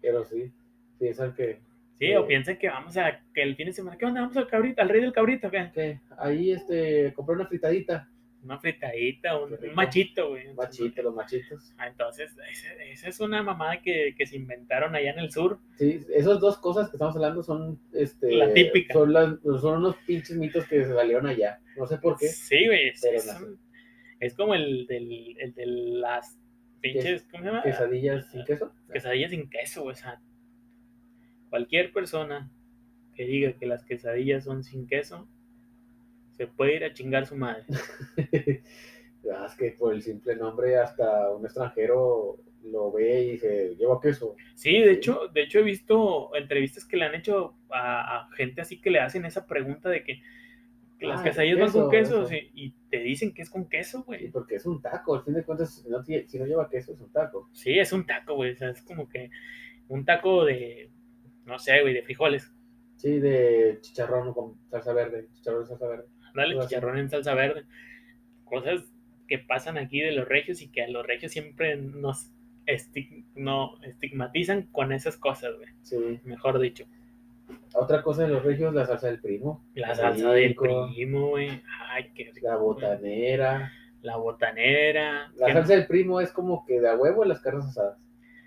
Speaker 2: Pero sí, piensan que, eh,
Speaker 1: Sí,
Speaker 2: Sí.
Speaker 1: o piensen que vamos a que el fin de semana, ¿qué onda? Vamos al cabrito, al rey del cabrito, ¿qué?
Speaker 2: que ahí este, compré una fritadita.
Speaker 1: Una fritadita, un,
Speaker 2: Qué
Speaker 1: un
Speaker 2: rico.
Speaker 1: machito, güey.
Speaker 2: Machito, los machitos.
Speaker 1: Ah, Entonces, ese- esa es una mamada que, que se inventaron allá en el sur.
Speaker 2: Sí, esas dos cosas que estamos hablando son, este,
Speaker 1: La típica.
Speaker 2: Son, las, son unos pinches mitos que se salieron allá. No sé por qué.
Speaker 1: Sí, güey. Es,
Speaker 2: Pero
Speaker 1: es
Speaker 2: nació.
Speaker 1: un- es como el, del, el de las pinches, ¿cómo se llama?
Speaker 2: Quesadillas sin queso.
Speaker 1: Quesadillas sin queso, güey, o sea. Cualquier persona que diga que las quesadillas son sin queso, se puede ir a chingar su madre.
Speaker 2: Ah, es que por el simple nombre hasta un extranjero lo ve y dice, lleva queso.
Speaker 1: Sí, de
Speaker 2: Sí.
Speaker 1: hecho, de hecho he visto entrevistas que le han hecho a, a gente así que le hacen esa pregunta de que, que las
Speaker 2: Ah,
Speaker 1: quesadillas van con
Speaker 2: queso,
Speaker 1: queso
Speaker 2: eso.
Speaker 1: sí, y te dicen que es con queso,
Speaker 2: Sí,
Speaker 1: güey.
Speaker 2: porque es un taco. Al fin de cuentas, si no, tie- si no lleva queso, es un taco.
Speaker 1: Sí, es un taco, güey. O sea, es como que un taco de, no sé, güey, de frijoles.
Speaker 2: Sí, de chicharrón con salsa verde. Chicharrón, salsa verde.
Speaker 1: Dale
Speaker 2: Algo así.
Speaker 1: chicharrón en salsa verde. Cosas que pasan aquí de los regios y que a los regios siempre nos esti- no, estigmatizan con esas cosas, güey.
Speaker 2: Sí.
Speaker 1: Mejor dicho.
Speaker 2: Otra cosa de los regios, la salsa del primo,
Speaker 1: La salsa del
Speaker 2: Rico.
Speaker 1: primo, güey. Ay, qué rico,
Speaker 2: la
Speaker 1: güey.
Speaker 2: botanera.
Speaker 1: La botanera.
Speaker 2: La
Speaker 1: que-
Speaker 2: salsa del primo es como que de a huevo en las carnes asadas.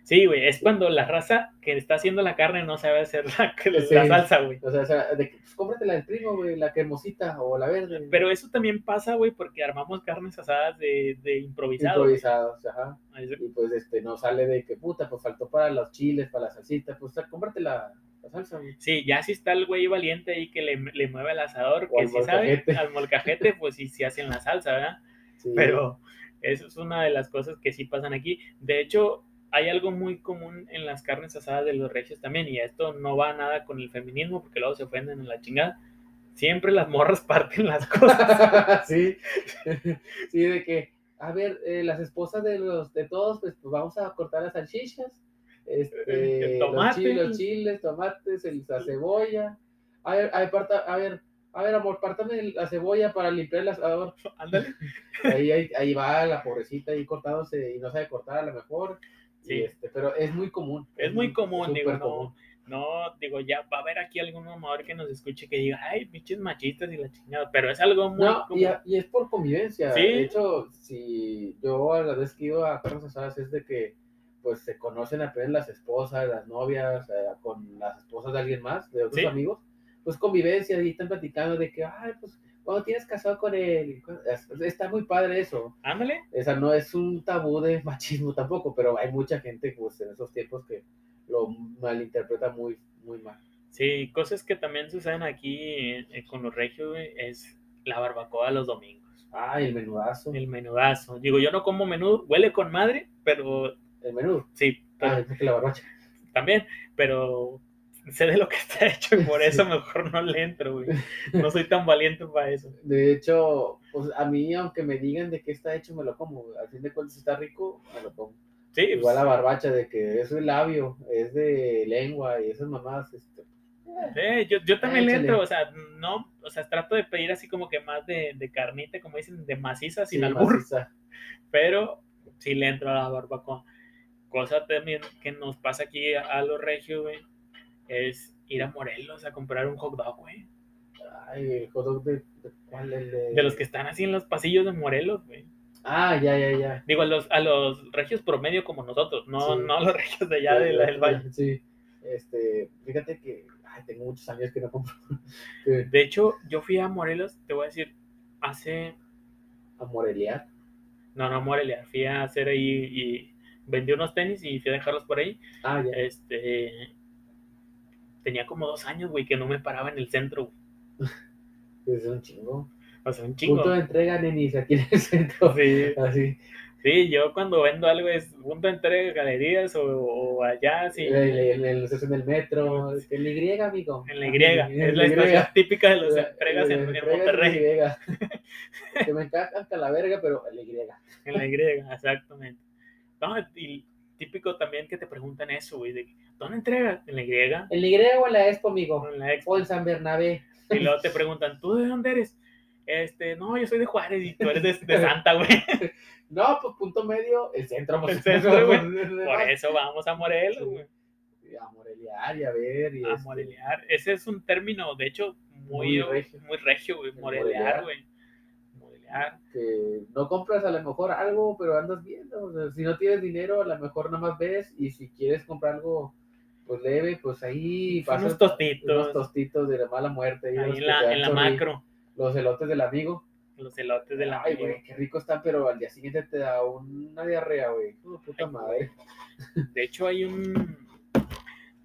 Speaker 1: Sí, güey, es cuando la raza que está haciendo la carne no sabe hacer la, la
Speaker 2: Sí.
Speaker 1: salsa, güey.
Speaker 2: O sea, o sea, de que, pues, cómprate la del primo, güey, la cremosita o la verde. güey.
Speaker 1: Pero eso también pasa, güey, porque armamos carnes asadas de, de improvisado. güey.
Speaker 2: improvisados, ajá.
Speaker 1: Eso-
Speaker 2: Y pues este no sale de que puta, pues faltó para los chiles, para la salsita, pues ta- cómprate la, la salsa, güey.
Speaker 1: Sí, ya si está el güey valiente ahí que le, le mueve el asador,
Speaker 2: O
Speaker 1: que
Speaker 2: al
Speaker 1: si sabe,
Speaker 2: molcajete.
Speaker 1: al molcajete, pues sí, sí hacen la salsa, ¿verdad?
Speaker 2: Sí.
Speaker 1: Pero eso es una de las cosas que sí pasan aquí. De hecho, hay algo muy común en las carnes asadas de los regios también, y esto no va nada con el feminismo, porque luego se ofenden en la chingada. Siempre las morras parten las cosas.
Speaker 2: sí. sí, de que, a ver, eh, las esposas de los de todos, pues, pues, vamos a cortar las salchichas, este,
Speaker 1: Eh, El
Speaker 2: los,
Speaker 1: tomate.
Speaker 2: chiles, los chiles, tomates, el- la cebolla. A ver, a ver, parta- a ver, a ver, amor, pártame el- la cebolla para limpiar el asador.
Speaker 1: Ándale.
Speaker 2: Ahí, ahí, ahí va la pobrecita ahí cortándose y no sabe cortar a lo mejor. Y,
Speaker 1: Sí.
Speaker 2: este, pero es muy común.
Speaker 1: Es muy común, digo,
Speaker 2: súper común.
Speaker 1: no, no, digo, ya va a haber aquí algún mamador que nos escuche que diga, ay, pinches machistas y la chingada, pero es algo muy
Speaker 2: No, y,
Speaker 1: común.
Speaker 2: a- y es por convivencia.
Speaker 1: Sí.
Speaker 2: De hecho, si yo a la vez que iba a carnes asadas es de que pues se conocen apenas las esposas, las novias, eh, con las esposas de alguien más, de otros
Speaker 1: Sí.
Speaker 2: amigos, pues convivencia y están platicando de que, ay, pues cuando tienes casado con él, Es- está muy padre eso.
Speaker 1: Ándale.
Speaker 2: O sea, no es un tabú de machismo tampoco, pero hay mucha gente pues, en esos tiempos que lo malinterpreta muy, muy mal.
Speaker 1: Sí, cosas que también suceden aquí eh, con los eh, regios güey, es la barbacoa los domingos.
Speaker 2: Ah, el menudazo.
Speaker 1: El menudazo. Digo, yo no como menudo, huele con madre, pero
Speaker 2: El menudo.
Speaker 1: sí, pero-
Speaker 2: Ah, es que la barbacha.
Speaker 1: también, pero sé de lo que está hecho y por eso
Speaker 2: Sí.
Speaker 1: mejor no le entro, güey. No soy tan valiente para eso.
Speaker 2: De hecho, pues a mí, aunque me digan de qué está hecho, me lo como. Al fin de cuentas, está rico, me lo como.
Speaker 1: Sí,
Speaker 2: Igual
Speaker 1: pues,
Speaker 2: la barbacha de que es de labio, es de lengua y esas mamadas. Este,
Speaker 1: eh, yo, yo también le
Speaker 2: Échale.
Speaker 1: entro, o sea, no, o sea, trato de pedir así como que más de, de carnita, como dicen, de maciza, sin
Speaker 2: sí,
Speaker 1: albur.
Speaker 2: maciza.
Speaker 1: pero sí le entro a la barbacoa. Cosa también que nos pasa aquí a, a los regios, güey, es ir a Morelos a comprar un hot dog, güey.
Speaker 2: Ay, el hot dog de, de- ¿cuál? El de...
Speaker 1: De los que están así en los pasillos de Morelos, güey.
Speaker 2: Ah, ya, ya, ya.
Speaker 1: Digo, a los, a los regios promedio como nosotros, no,
Speaker 2: Sí.
Speaker 1: no a los regios de allá
Speaker 2: Sí,
Speaker 1: de la del Valle.
Speaker 2: Sí. Este, fíjate que ay, tengo muchos años que no compro. que-
Speaker 1: De hecho, yo fui a Morelos, te voy a decir, hace...
Speaker 2: A Morelia.
Speaker 1: No, no, a Morelia, fui a hacer ahí y vendí unos tenis y fui a dejarlos por ahí.
Speaker 2: Ah, ya.
Speaker 1: Este... Tenía como dos años, güey, que no me paraba en el centro, güey.
Speaker 2: pues, Es un chingo.
Speaker 1: O sea, un chingo.
Speaker 2: Punto de entrega, nenis, aquí en el centro.
Speaker 1: Sí,
Speaker 2: Así.
Speaker 1: sí, yo cuando vendo algo es punto de entrega de galerías o, o allá, sí.
Speaker 2: En la- en la- en la estación del metro. es que En la Y, amigo.
Speaker 1: En la
Speaker 2: Ah,
Speaker 1: Y, es la
Speaker 2: Y.
Speaker 1: estación típica de las
Speaker 2: La-
Speaker 1: entregas en,
Speaker 2: la-
Speaker 1: en
Speaker 2: entregas
Speaker 1: Monterrey.
Speaker 2: Y. que me encanta hasta la verga, pero en la Y.
Speaker 1: En la Y, exactamente. No, y típico también que te preguntan eso, güey, de que, ¿dónde entregas? En la Y,
Speaker 2: En la Y o en la Expo, amigo.
Speaker 1: o en la Expo.
Speaker 2: O en San Bernabé.
Speaker 1: Y luego te preguntan, ¿tú de dónde eres? Este, no, yo soy de Juárez y tú eres de, de Santa, güey.
Speaker 2: No, pues punto medio, el centro. pues.
Speaker 1: El centro, güey. Por
Speaker 2: Por
Speaker 1: eso vamos a Morelos, güey.
Speaker 2: Y a Moreliar y a ver. Y
Speaker 1: A
Speaker 2: este,
Speaker 1: morelear. Ese es un término, de hecho, muy,
Speaker 2: Muy regio.
Speaker 1: muy regio, güey.
Speaker 2: El
Speaker 1: Morelear,
Speaker 2: morelear.
Speaker 1: güey. Morelear.
Speaker 2: que no compras a lo mejor algo, pero andas viendo. o sea, si no tienes dinero, a lo mejor nada más ves. Y si quieres comprar algo pues leve, pues ahí pasas
Speaker 1: unos tostitos.
Speaker 2: unos tostitos de la mala muerte. ahí
Speaker 1: Ahí en
Speaker 2: los que te
Speaker 1: la,
Speaker 2: dan
Speaker 1: en la
Speaker 2: chorri-
Speaker 1: macro.
Speaker 2: Los elotes del amigo.
Speaker 1: Los elotes de la
Speaker 2: Ay,
Speaker 1: macro.
Speaker 2: güey, qué rico está, pero al día siguiente te da una diarrea, güey. Oh, puta
Speaker 1: Ay,
Speaker 2: madre.
Speaker 1: De hecho, hay un.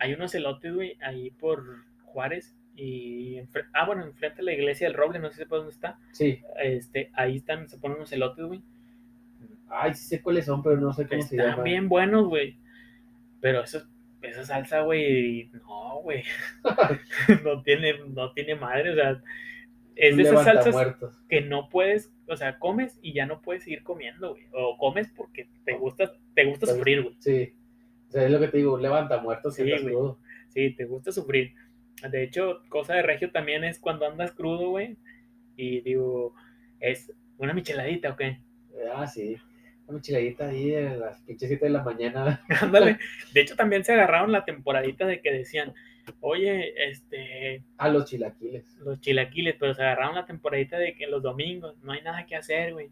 Speaker 1: Hay unos elotes, güey, ahí por Juárez. Y. enfre- Ah, bueno, enfrente de la iglesia del Roble, no sé sepa dónde está.
Speaker 2: Sí.
Speaker 1: Este, ahí están, se ponen unos elotes, güey.
Speaker 2: Ay, sí sé cuáles son, pero no sé cómo se
Speaker 1: Están
Speaker 2: llaman.
Speaker 1: bien buenos, güey. Pero eso, esa salsa, güey, no, güey. no, tiene, no tiene madre, o sea. Es de esas salsas
Speaker 2: muertos.
Speaker 1: que no puedes, o sea, comes y ya no puedes seguir comiendo, güey. O comes porque
Speaker 2: Ah.
Speaker 1: te gusta, te gusta
Speaker 2: Te-
Speaker 1: sufrir, güey.
Speaker 2: Sí. O sea, es lo que te digo, un levanta muertos
Speaker 1: Sí, güey. Sí, te gusta sufrir. De hecho, cosa de regio también es cuando andas crudo, güey. Y digo, es una micheladita, ¿o qué?
Speaker 2: Ah, sí. Una micheladita ahí a las pinches 7 de la mañana.
Speaker 1: Ándale. De hecho, también se agarraron la temporadita de que decían, oye, este,
Speaker 2: A Ah, los chilaquiles.
Speaker 1: los chilaquiles, pero se agarraron la temporadita de que los domingos no hay nada que hacer, güey.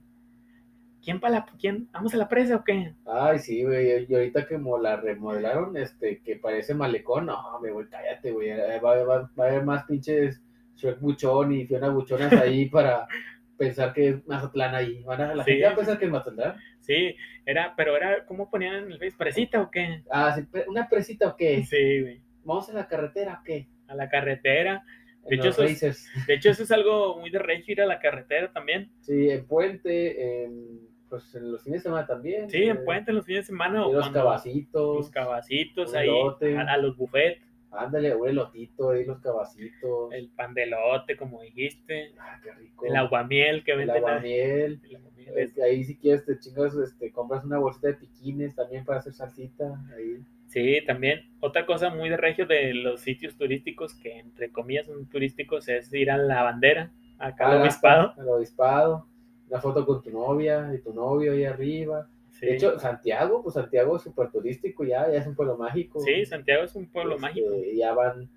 Speaker 1: ¿Quién para la, quién? ¿Vamos a la presa o qué?
Speaker 2: Ay, sí, güey. Y ahorita como la remodelaron, este, que parece malecón. No, me voy, cállate, güey. eh, Va, va- va a haber más pinches Shrek Buchón y Fiona Buchonas ahí para pensar que es Mazatlán ahí. Van a, la
Speaker 1: Sí.
Speaker 2: gente va a pensar que es Mazatlán.
Speaker 1: Sí, era, pero era, ¿cómo ponían en el Face? ¿Presita o qué?
Speaker 2: Ah, sí, pe- ¿una presita o qué?
Speaker 1: Sí, güey,
Speaker 2: ¿Vamos a la carretera o qué?
Speaker 1: a la carretera.
Speaker 2: En
Speaker 1: De hecho,
Speaker 2: los
Speaker 1: eso es-
Speaker 2: racers.
Speaker 1: De hecho, eso es algo muy de regio, ir a la carretera también.
Speaker 2: Sí, en Puente, en, pues en los fines de semana también.
Speaker 1: Sí,
Speaker 2: eh,
Speaker 1: en Puente, los fines de semana. o
Speaker 2: y los
Speaker 1: cuando-
Speaker 2: cabacitos.
Speaker 1: Los cabacitos
Speaker 2: un
Speaker 1: ahí,
Speaker 2: elote.
Speaker 1: a, a los buffets,
Speaker 2: Ándale, un elotito ahí, los cabacitos.
Speaker 1: el pandelote, como dijiste,
Speaker 2: Ah, qué rico.
Speaker 1: el aguamiel que
Speaker 2: El
Speaker 1: venden. ahí.
Speaker 2: aguamiel.
Speaker 1: El aguamiel
Speaker 2: Eh,
Speaker 1: es-
Speaker 2: Ahí si quieres te chingas, este, compras una bolsita de piquines también para hacer salsita. Ahí.
Speaker 1: Sí, también. Otra cosa muy de regio de los sitios turísticos, que entre comillas son turísticos, es ir a la bandera, acá al
Speaker 2: Ah,
Speaker 1: obispado.
Speaker 2: Al obispado. Una foto con tu novia y tu novio ahí arriba.
Speaker 1: Sí.
Speaker 2: De hecho, Santiago, pues Santiago es súper turístico ya, ya es un pueblo mágico.
Speaker 1: Sí, Santiago es un pueblo
Speaker 2: Este,
Speaker 1: mágico.
Speaker 2: Ya van,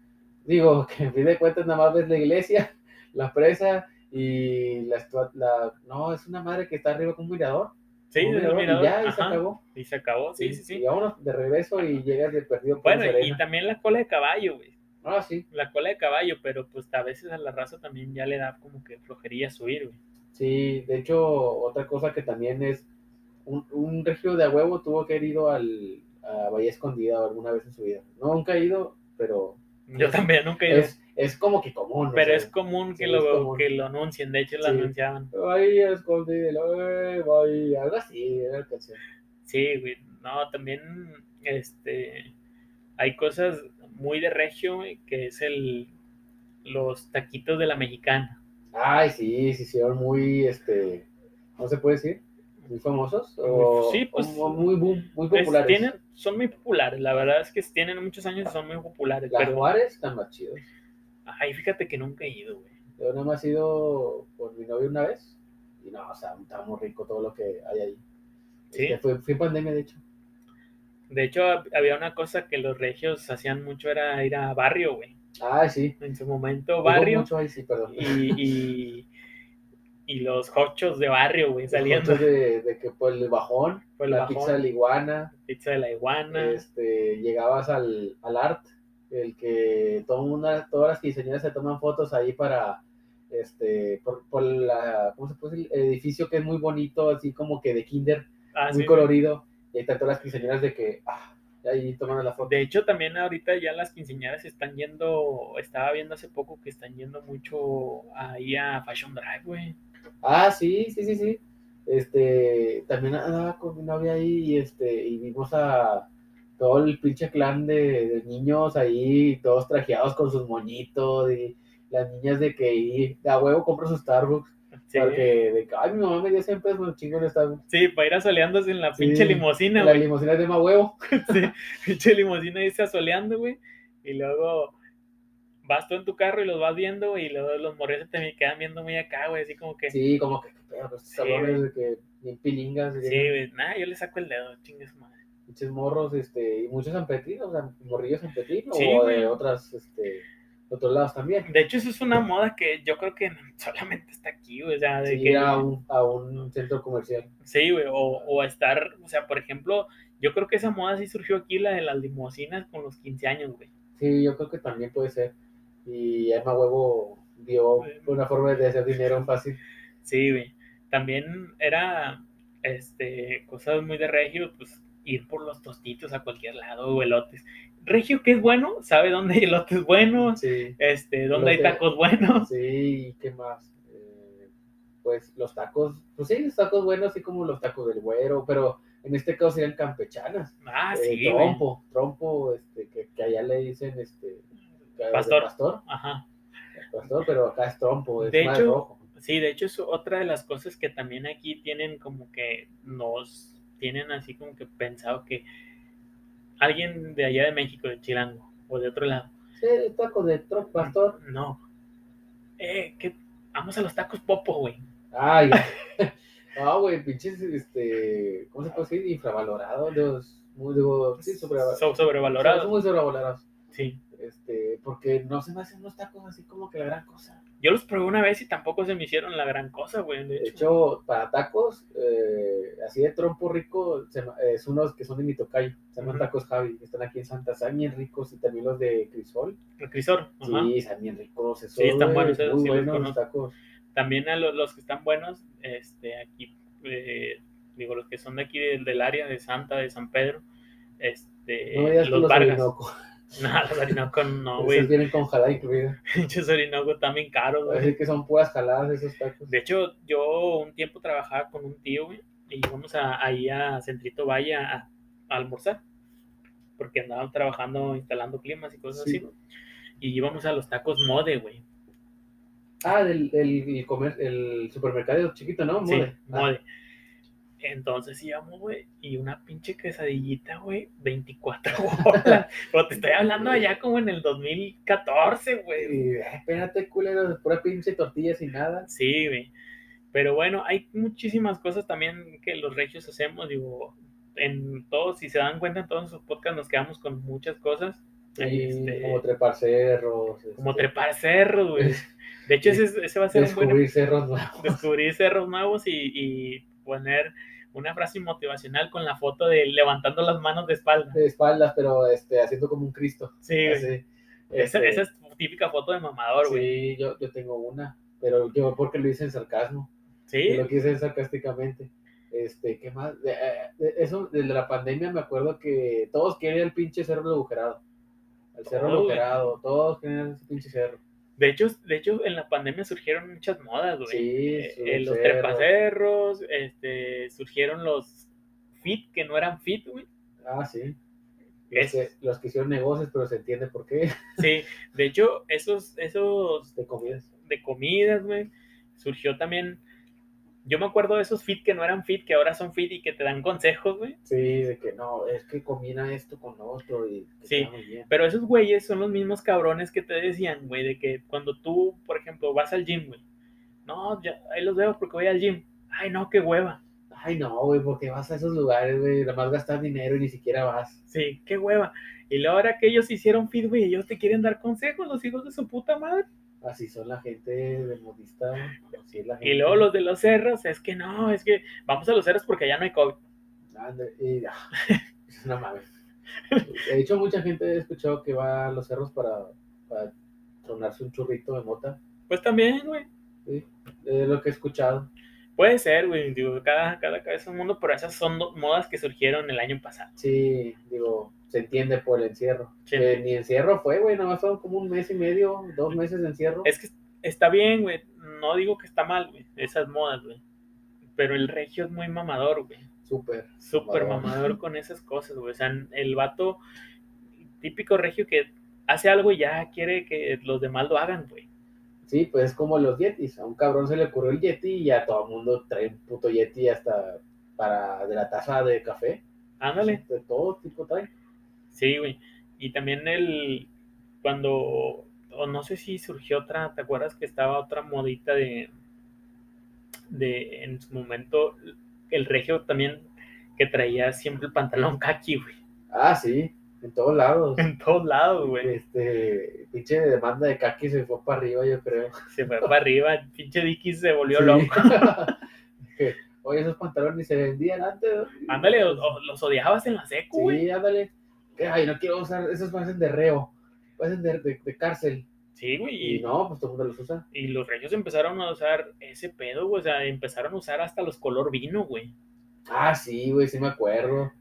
Speaker 2: digo, que en fin de cuentas nada más ves la iglesia, la presa y la estua- la no, es una madre que está arriba con un mirador.
Speaker 1: Sí,
Speaker 2: un
Speaker 1: es un
Speaker 2: mirador, y ya,
Speaker 1: mirador,
Speaker 2: y se
Speaker 1: ajá,
Speaker 2: acabó.
Speaker 1: Y se acabó, sí, sí, sí.
Speaker 2: Y vámonos de regreso y llegas de perdido por
Speaker 1: Bueno, y
Speaker 2: Serena.
Speaker 1: también la cola de caballo, güey.
Speaker 2: Ah, sí,
Speaker 1: La cola de caballo, pero pues a veces a la raza también ya le da como que flojería subir, güey.
Speaker 2: sí, de hecho, otra cosa que también es, un, un regio de a huevo tuvo que haber ido al, a Bahía Escondida alguna vez en su vida. Nunca he ido, pero
Speaker 1: Yo también nunca he ido.
Speaker 2: Es, es como que común. o
Speaker 1: pero
Speaker 2: sea,
Speaker 1: es común que,
Speaker 2: sí, es
Speaker 1: lo,
Speaker 2: común.
Speaker 1: que lo anuncien, de hecho lo
Speaker 2: Sí.
Speaker 1: anunciaban.
Speaker 2: Ahí escondí, voy, algo así, era la canción.
Speaker 1: Sí, güey. No, también este hay cosas muy de regio, güey, que es el los taquitos de la mexicana.
Speaker 2: Ay, sí, se hicieron muy, este, ¿cómo se puede decir? Muy famosos. O,
Speaker 1: Sí, pues,
Speaker 2: o muy, muy, muy
Speaker 1: Pues,
Speaker 2: populares.
Speaker 1: tienen, son muy populares, la verdad es que tienen muchos años y son muy populares,
Speaker 2: Las
Speaker 1: pero
Speaker 2: Juárez están más chidos.
Speaker 1: ay, fíjate que nunca he ido, güey.
Speaker 2: Yo nada más he ido por mi novio una vez. Y no, o sea, está muy rico todo lo que hay ahí.
Speaker 1: Sí.
Speaker 2: Este, fue, fue pandemia, de hecho.
Speaker 1: De hecho, hab- había una cosa que los regios hacían mucho era ir a barrio, güey.
Speaker 2: Ay, sí.
Speaker 1: En su momento
Speaker 2: Hubo
Speaker 1: Ah, barrio
Speaker 2: mucho ahí, sí, perdón.
Speaker 1: y, y, y los hochos de barrio, güey, saliendo
Speaker 2: Mucho de, de que por el bajón,
Speaker 1: por el
Speaker 2: la
Speaker 1: bajón,
Speaker 2: pizza de la iguana.
Speaker 1: pizza de la iguana.
Speaker 2: este, llegabas al, al art, el que todo una, todas las quinceañeras se toman fotos ahí para, este, por, por la, ¿cómo se puede decir? El edificio que es muy bonito, así como que de kinder,
Speaker 1: Ah,
Speaker 2: muy
Speaker 1: sí, sí.
Speaker 2: colorido, y ahí están todas las quinceañeras de que, ah, y ahí toman la foto.
Speaker 1: De hecho, también ahorita ya las quinceañeras están yendo, estaba viendo hace poco que están yendo mucho ahí a Fashion Drive, güey.
Speaker 2: Ah, sí, sí, sí, sí. Este, también andaba con mi novia ahí y este, y vimos a todo el pinche clan de, de niños ahí, todos trajeados con sus moñitos y las niñas de que ahí, de a huevo compro su Starbucks,
Speaker 1: Sí,
Speaker 2: porque de que, ay, mi mamá me dio 100 pesos, un chingo en Starbucks.
Speaker 1: Sí, para ir asoleándose en la
Speaker 2: Sí,
Speaker 1: pinche limusina,
Speaker 2: La
Speaker 1: güey.
Speaker 2: limusina es de más huevo.
Speaker 1: Pinche limusina ahí se asoleando, güey. Y luego vas tú en tu carro y los vas viendo y luego los morrios te me quedan viendo muy acá, güey. Así como que, sí,
Speaker 2: Sí, como que, qué pedo, estos
Speaker 1: Sí,
Speaker 2: salones de que bien pilingas, bien
Speaker 1: güey, nada, yo le saco el dedo, chingues madre.
Speaker 2: pinches morros, este, y muchos sanpetrinos, o sea, morrillos sanpetrinos,
Speaker 1: Sí,
Speaker 2: o
Speaker 1: güey.
Speaker 2: de otras, este, otros lados también.
Speaker 1: De hecho, eso es una moda que yo creo que solamente está aquí, güey. O sea, de
Speaker 2: Sí,
Speaker 1: que.
Speaker 2: ir a un, a un centro comercial.
Speaker 1: Sí, güey, o, o estar, o sea, por ejemplo, yo creo que esa moda sí surgió aquí, la de las limusinas con los 15 años, güey.
Speaker 2: Sí, yo creo que también puede ser. Y Emma Huevo dio una forma de hacer dinero fácil.
Speaker 1: Sí, güey. También era, este, cosas muy de regio, pues ir por los tostitos a cualquier lado o elotes. Regio que es bueno, sabe dónde hay elotes buenos,
Speaker 2: Sí.
Speaker 1: este, dónde hay
Speaker 2: Elote.
Speaker 1: tacos buenos.
Speaker 2: Sí, ¿y qué más? Eh, pues los tacos, pues sí, los tacos buenos, así como los tacos del güero, pero en este caso serían campechanas.
Speaker 1: Ah,
Speaker 2: Eh,
Speaker 1: sí, güey.
Speaker 2: trompo, trompo, este, que, que allá le dicen este que- de
Speaker 1: Pastor.
Speaker 2: pastor,
Speaker 1: Ajá.
Speaker 2: pastor, pero acá es trompo, es
Speaker 1: De
Speaker 2: más
Speaker 1: hecho,
Speaker 2: rojo.
Speaker 1: Sí, de hecho es otra de las cosas que también aquí tienen como que nos tienen así como que pensado que alguien de allá de México, de Chilango o de otro lado.
Speaker 2: Sí, tacos de trompo, pastor.
Speaker 1: No. Eh, que vamos a los tacos popo, güey.
Speaker 2: Ay, no, güey, pinches, este, ¿cómo se puede decir? Infravalorados, los, muy, digo, sí, sobrevalorados.
Speaker 1: So- sobrevalorados.
Speaker 2: Son muy sobrevalorados,
Speaker 1: Sí.
Speaker 2: este, porque no se me hacen unos tacos así como que la gran cosa.
Speaker 1: Yo los probé una vez y tampoco se me hicieron la gran cosa, güey. De
Speaker 2: De
Speaker 1: hecho,
Speaker 2: hecho, para tacos, eh, así de trompo rico, se ma- es unos que son de mi tocayo, se llaman
Speaker 1: Ujú.
Speaker 2: tacos Javi, que están aquí en Santa, están bien ricos, y también los de Crisol,
Speaker 1: el crisor. ajá.
Speaker 2: sí, están bien ricos, esos,
Speaker 1: Sí, están
Speaker 2: güey,
Speaker 1: buenos, esos
Speaker 2: muy
Speaker 1: sí los
Speaker 2: buenos los
Speaker 1: conozco.
Speaker 2: tacos.
Speaker 1: También a lo- los, que están buenos, este, aquí, eh, digo, los que son de aquí del, del área de Santa, de San Pedro, este,
Speaker 2: No me digas que
Speaker 1: los,
Speaker 2: los
Speaker 1: Vargas.
Speaker 2: Orinoco,
Speaker 1: No, los Orinoco no,
Speaker 2: esos
Speaker 1: güey.
Speaker 2: vienen con jalada incluida,
Speaker 1: Pinches Orinoco también caros, güey.
Speaker 2: así que son puras jaladas esos tacos.
Speaker 1: De hecho, yo un tiempo trabajaba con un tío, güey, y íbamos a, ahí a Centrito Valle a, a almorzar, porque andaban trabajando, instalando climas y cosas
Speaker 2: Sí.
Speaker 1: así. Y íbamos a los tacos mode, güey.
Speaker 2: Ah, del, del el comer, el supermercado chiquito, ¿no?
Speaker 1: Sí,
Speaker 2: Mole. Ah,
Speaker 1: mode. Entonces íbamos, güey, y una pinche quesadillita, güey, 24 bolas. Pero te estoy hablando allá como en el 2014, güey.
Speaker 2: y, eh, espérate, culero, pura pinche tortilla sin nada.
Speaker 1: Sí, güey. Pero bueno, hay muchísimas cosas también que los regios hacemos, digo, en todos, si se dan cuenta, en todos sus podcasts nos quedamos con muchas cosas,
Speaker 2: Y
Speaker 1: Este-
Speaker 2: Como trepar cerros.
Speaker 1: como
Speaker 2: este,
Speaker 1: trepar cerros, güey. De hecho, ese, es- ese va a ser un buen
Speaker 2: Descubrir cerros nuevos.
Speaker 1: descubrir cerros nuevos y, y poner una frase motivacional con la foto de levantando las manos de espalda.
Speaker 2: De espaldas, pero este, haciendo como un Cristo.
Speaker 1: Sí, güey.
Speaker 2: así.
Speaker 1: Esa,
Speaker 2: Este,
Speaker 1: esa es tu típica foto de mamador, güey.
Speaker 2: Sí, yo, yo tengo una, pero yo porque lo hice en sarcasmo.
Speaker 1: Sí,
Speaker 2: Yo lo quise sarcásticamente. Este, ¿qué más? De- eh, de- eso, desde la pandemia me acuerdo que todos querían el pinche cerro del agujerado. al
Speaker 1: Oh,
Speaker 2: cerro loperado, todos querían ese pinche cerro.
Speaker 1: De hecho, de hecho, en la pandemia surgieron muchas modas, güey.
Speaker 2: Sí,
Speaker 1: Eh,
Speaker 2: su
Speaker 1: eh, los
Speaker 2: cerro.
Speaker 1: trepacerros, este, surgieron los fit que no eran fit, güey.
Speaker 2: Ah, sí. Los
Speaker 1: Es-
Speaker 2: que, los que hicieron negocios, pero se entiende por qué,
Speaker 1: Sí, de hecho, esos, esos
Speaker 2: de comidas.
Speaker 1: de comidas, güey, surgió también. Yo me acuerdo de esos fit que no eran fit, que ahora son fit y que te dan consejos, güey.
Speaker 2: Sí, de que no, es que combina esto con lo otro y te
Speaker 1: Sí.
Speaker 2: queda muy bien.
Speaker 1: Pero esos güeyes son los mismos cabrones que te decían, güey, de que cuando tú, por ejemplo, vas al gym, güey. No, ya, ahí los veo porque voy al gym. Ay, no, qué hueva.
Speaker 2: Ay, no, güey, porque vas a esos lugares, güey, nada más gastas dinero y ni siquiera vas.
Speaker 1: Sí, qué hueva. Y luego ahora que ellos hicieron fit, güey, ellos te quieren dar consejos, los hijos de su puta madre.
Speaker 2: Así son la gente de modista. Así es la gente.
Speaker 1: Y luego los de los cerros, es que no, es que vamos a los cerros porque allá no hay COVID.
Speaker 2: Ande- y- ah, es una mames. De hecho, mucha gente he escuchado que va a los cerros para, para tronarse un churrito de mota.
Speaker 1: Pues también, güey.
Speaker 2: Es lo que he escuchado.
Speaker 1: Puede ser, güey. Digo, cada, cada cabeza es un mundo, pero esas son do- modas que surgieron el año pasado.
Speaker 2: Sí, digo, se entiende por el encierro.
Speaker 1: Sí.
Speaker 2: Que ni encierro fue, güey, nada más fueron como un mes y medio, dos meses de encierro.
Speaker 1: Es que está bien, güey. No digo que está mal, güey. Esas modas, güey. Pero el regio es muy mamador, güey.
Speaker 2: Súper.
Speaker 1: Súper
Speaker 2: Mamador.
Speaker 1: mamador con esas cosas, güey. O sea, el vato típico regio que hace algo y ya quiere que los demás lo hagan, güey.
Speaker 2: Sí, pues es como los yetis. A un cabrón se le ocurrió el yeti y a todo el mundo trae un puto yeti hasta para de la taza de café.
Speaker 1: Ándale.
Speaker 2: De todo tipo trae.
Speaker 1: Sí, güey. Y también el. Cuando. O no sé si surgió otra. ¿Te acuerdas que estaba otra modita de. De. En su momento. El regio también. Que traía siempre el pantalón kaki, güey.
Speaker 2: Ah, sí, en todos lados.
Speaker 1: En todos lados, güey.
Speaker 2: Este, pinche demanda de kaki se fue para arriba, yo creo.
Speaker 1: Se fue para arriba. el Pinche Dicky se volvió
Speaker 2: Sí.
Speaker 1: loco.
Speaker 2: Que, Oye, esos pantalones ni se vendían antes. ¿no?
Speaker 1: Ándale, o- o- los odiabas en la secu, güey.
Speaker 2: Sí, ándale. Que, Ay, no quiero usar, esos parecen de reo, parecen de, de- de cárcel.
Speaker 1: Sí, güey.
Speaker 2: Y
Speaker 1: Y,
Speaker 2: no, pues todo el mundo los usa.
Speaker 1: y los regios empezaron a usar ese pedo, güey. O sea, empezaron a usar hasta los color vino, güey.
Speaker 2: Ah, sí, güey, sí me acuerdo.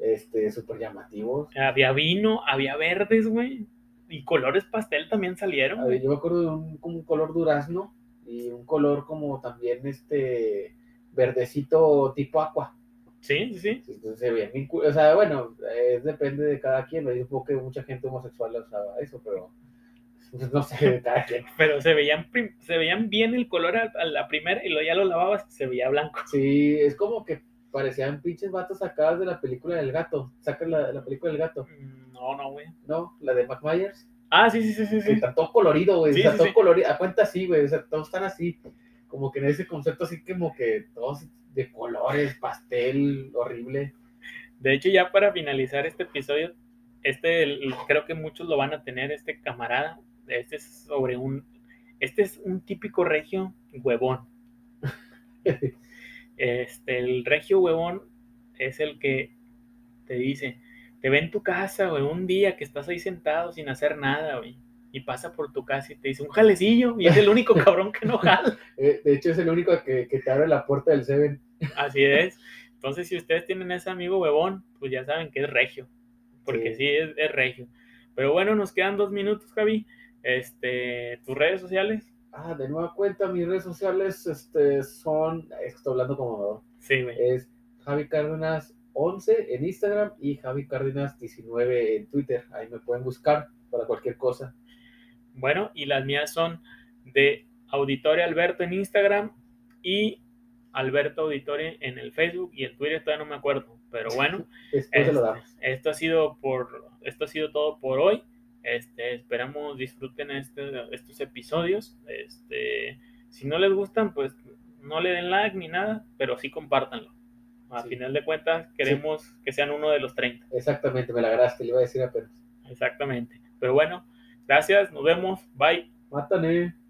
Speaker 2: Este, súper llamativos.
Speaker 1: Había vino, había verdes, güey. Y colores pastel también salieron,
Speaker 2: A ver,
Speaker 1: güey.
Speaker 2: yo me acuerdo de un, como un color durazno y un color como también este verdecito tipo agua.
Speaker 1: Sí, sí, sí.
Speaker 2: Entonces se veían bien cu- O sea, bueno, eh, depende de cada quien. Yo supongo que mucha gente homosexual usaba eso, pero pues, no sé, de cada quien.
Speaker 1: Pero se veían, prim- se veían bien el color a, a la primera y luego ya lo lavabas, se veía blanco.
Speaker 2: Sí, es como que parecían pinches vatos sacadas de la película del gato. Sacan la, la película del gato,
Speaker 1: Mm, No, no, güey.
Speaker 2: ¿no? La de Mac Myers.
Speaker 1: Ah, sí, sí, sí, sí.
Speaker 2: que
Speaker 1: sí.
Speaker 2: está todo colorido, güey.
Speaker 1: Sí,
Speaker 2: o sea,
Speaker 1: sí,
Speaker 2: todo
Speaker 1: sí.
Speaker 2: colorido. A cuenta así, güey. O sea, todos están así. Como que en ese concepto así como que todos de colores, pastel, horrible.
Speaker 1: De hecho, ya para finalizar este episodio, este el- creo que muchos lo van a tener, este camarada. Este es sobre un. Este es un típico regio huevón. Este, el regio huevón es el que te dice, te ve en tu casa, güey, un día que estás ahí sentado sin hacer nada, güey. Y pasa por tu casa y te dice un jalecillo, y es el único cabrón que no jala.
Speaker 2: Eh, de hecho, es el único que, que te abre la puerta del Seven.
Speaker 1: Así es. Entonces, si ustedes tienen ese amigo huevón, pues ya saben que es regio. Porque sí,
Speaker 2: Sí.
Speaker 1: es, es regio. Pero bueno, nos quedan dos minutos, Javi. Este, tus redes sociales.
Speaker 2: Ah, de nueva cuenta, mis redes sociales este, son. es que Estoy hablando como.
Speaker 1: Sí, güey.
Speaker 2: Es Javi Cárdenas 11 en Instagram y Javi Cárdenas 19 en Twitter. Ahí me pueden buscar para cualquier cosa.
Speaker 1: Bueno, y las mías son de Auditoria Alberto en Instagram y Alberto Auditoria en el Facebook y en Twitter todavía no me acuerdo. Pero bueno,
Speaker 2: Después se lo
Speaker 1: Este,
Speaker 2: damos.
Speaker 1: Esto ha sido por esto ha sido todo por hoy. Este, esperamos disfruten este- estos episodios. Este, si no les gustan, pues no le den like ni nada, pero sí compártanlo. A
Speaker 2: Sí.
Speaker 1: final de cuentas, queremos que sean uno de los 30.
Speaker 2: Exactamente, me la agarraste, le iba a decir apenas.
Speaker 1: Exactamente. Pero bueno, gracias, nos vemos. Bye.
Speaker 2: Mátale.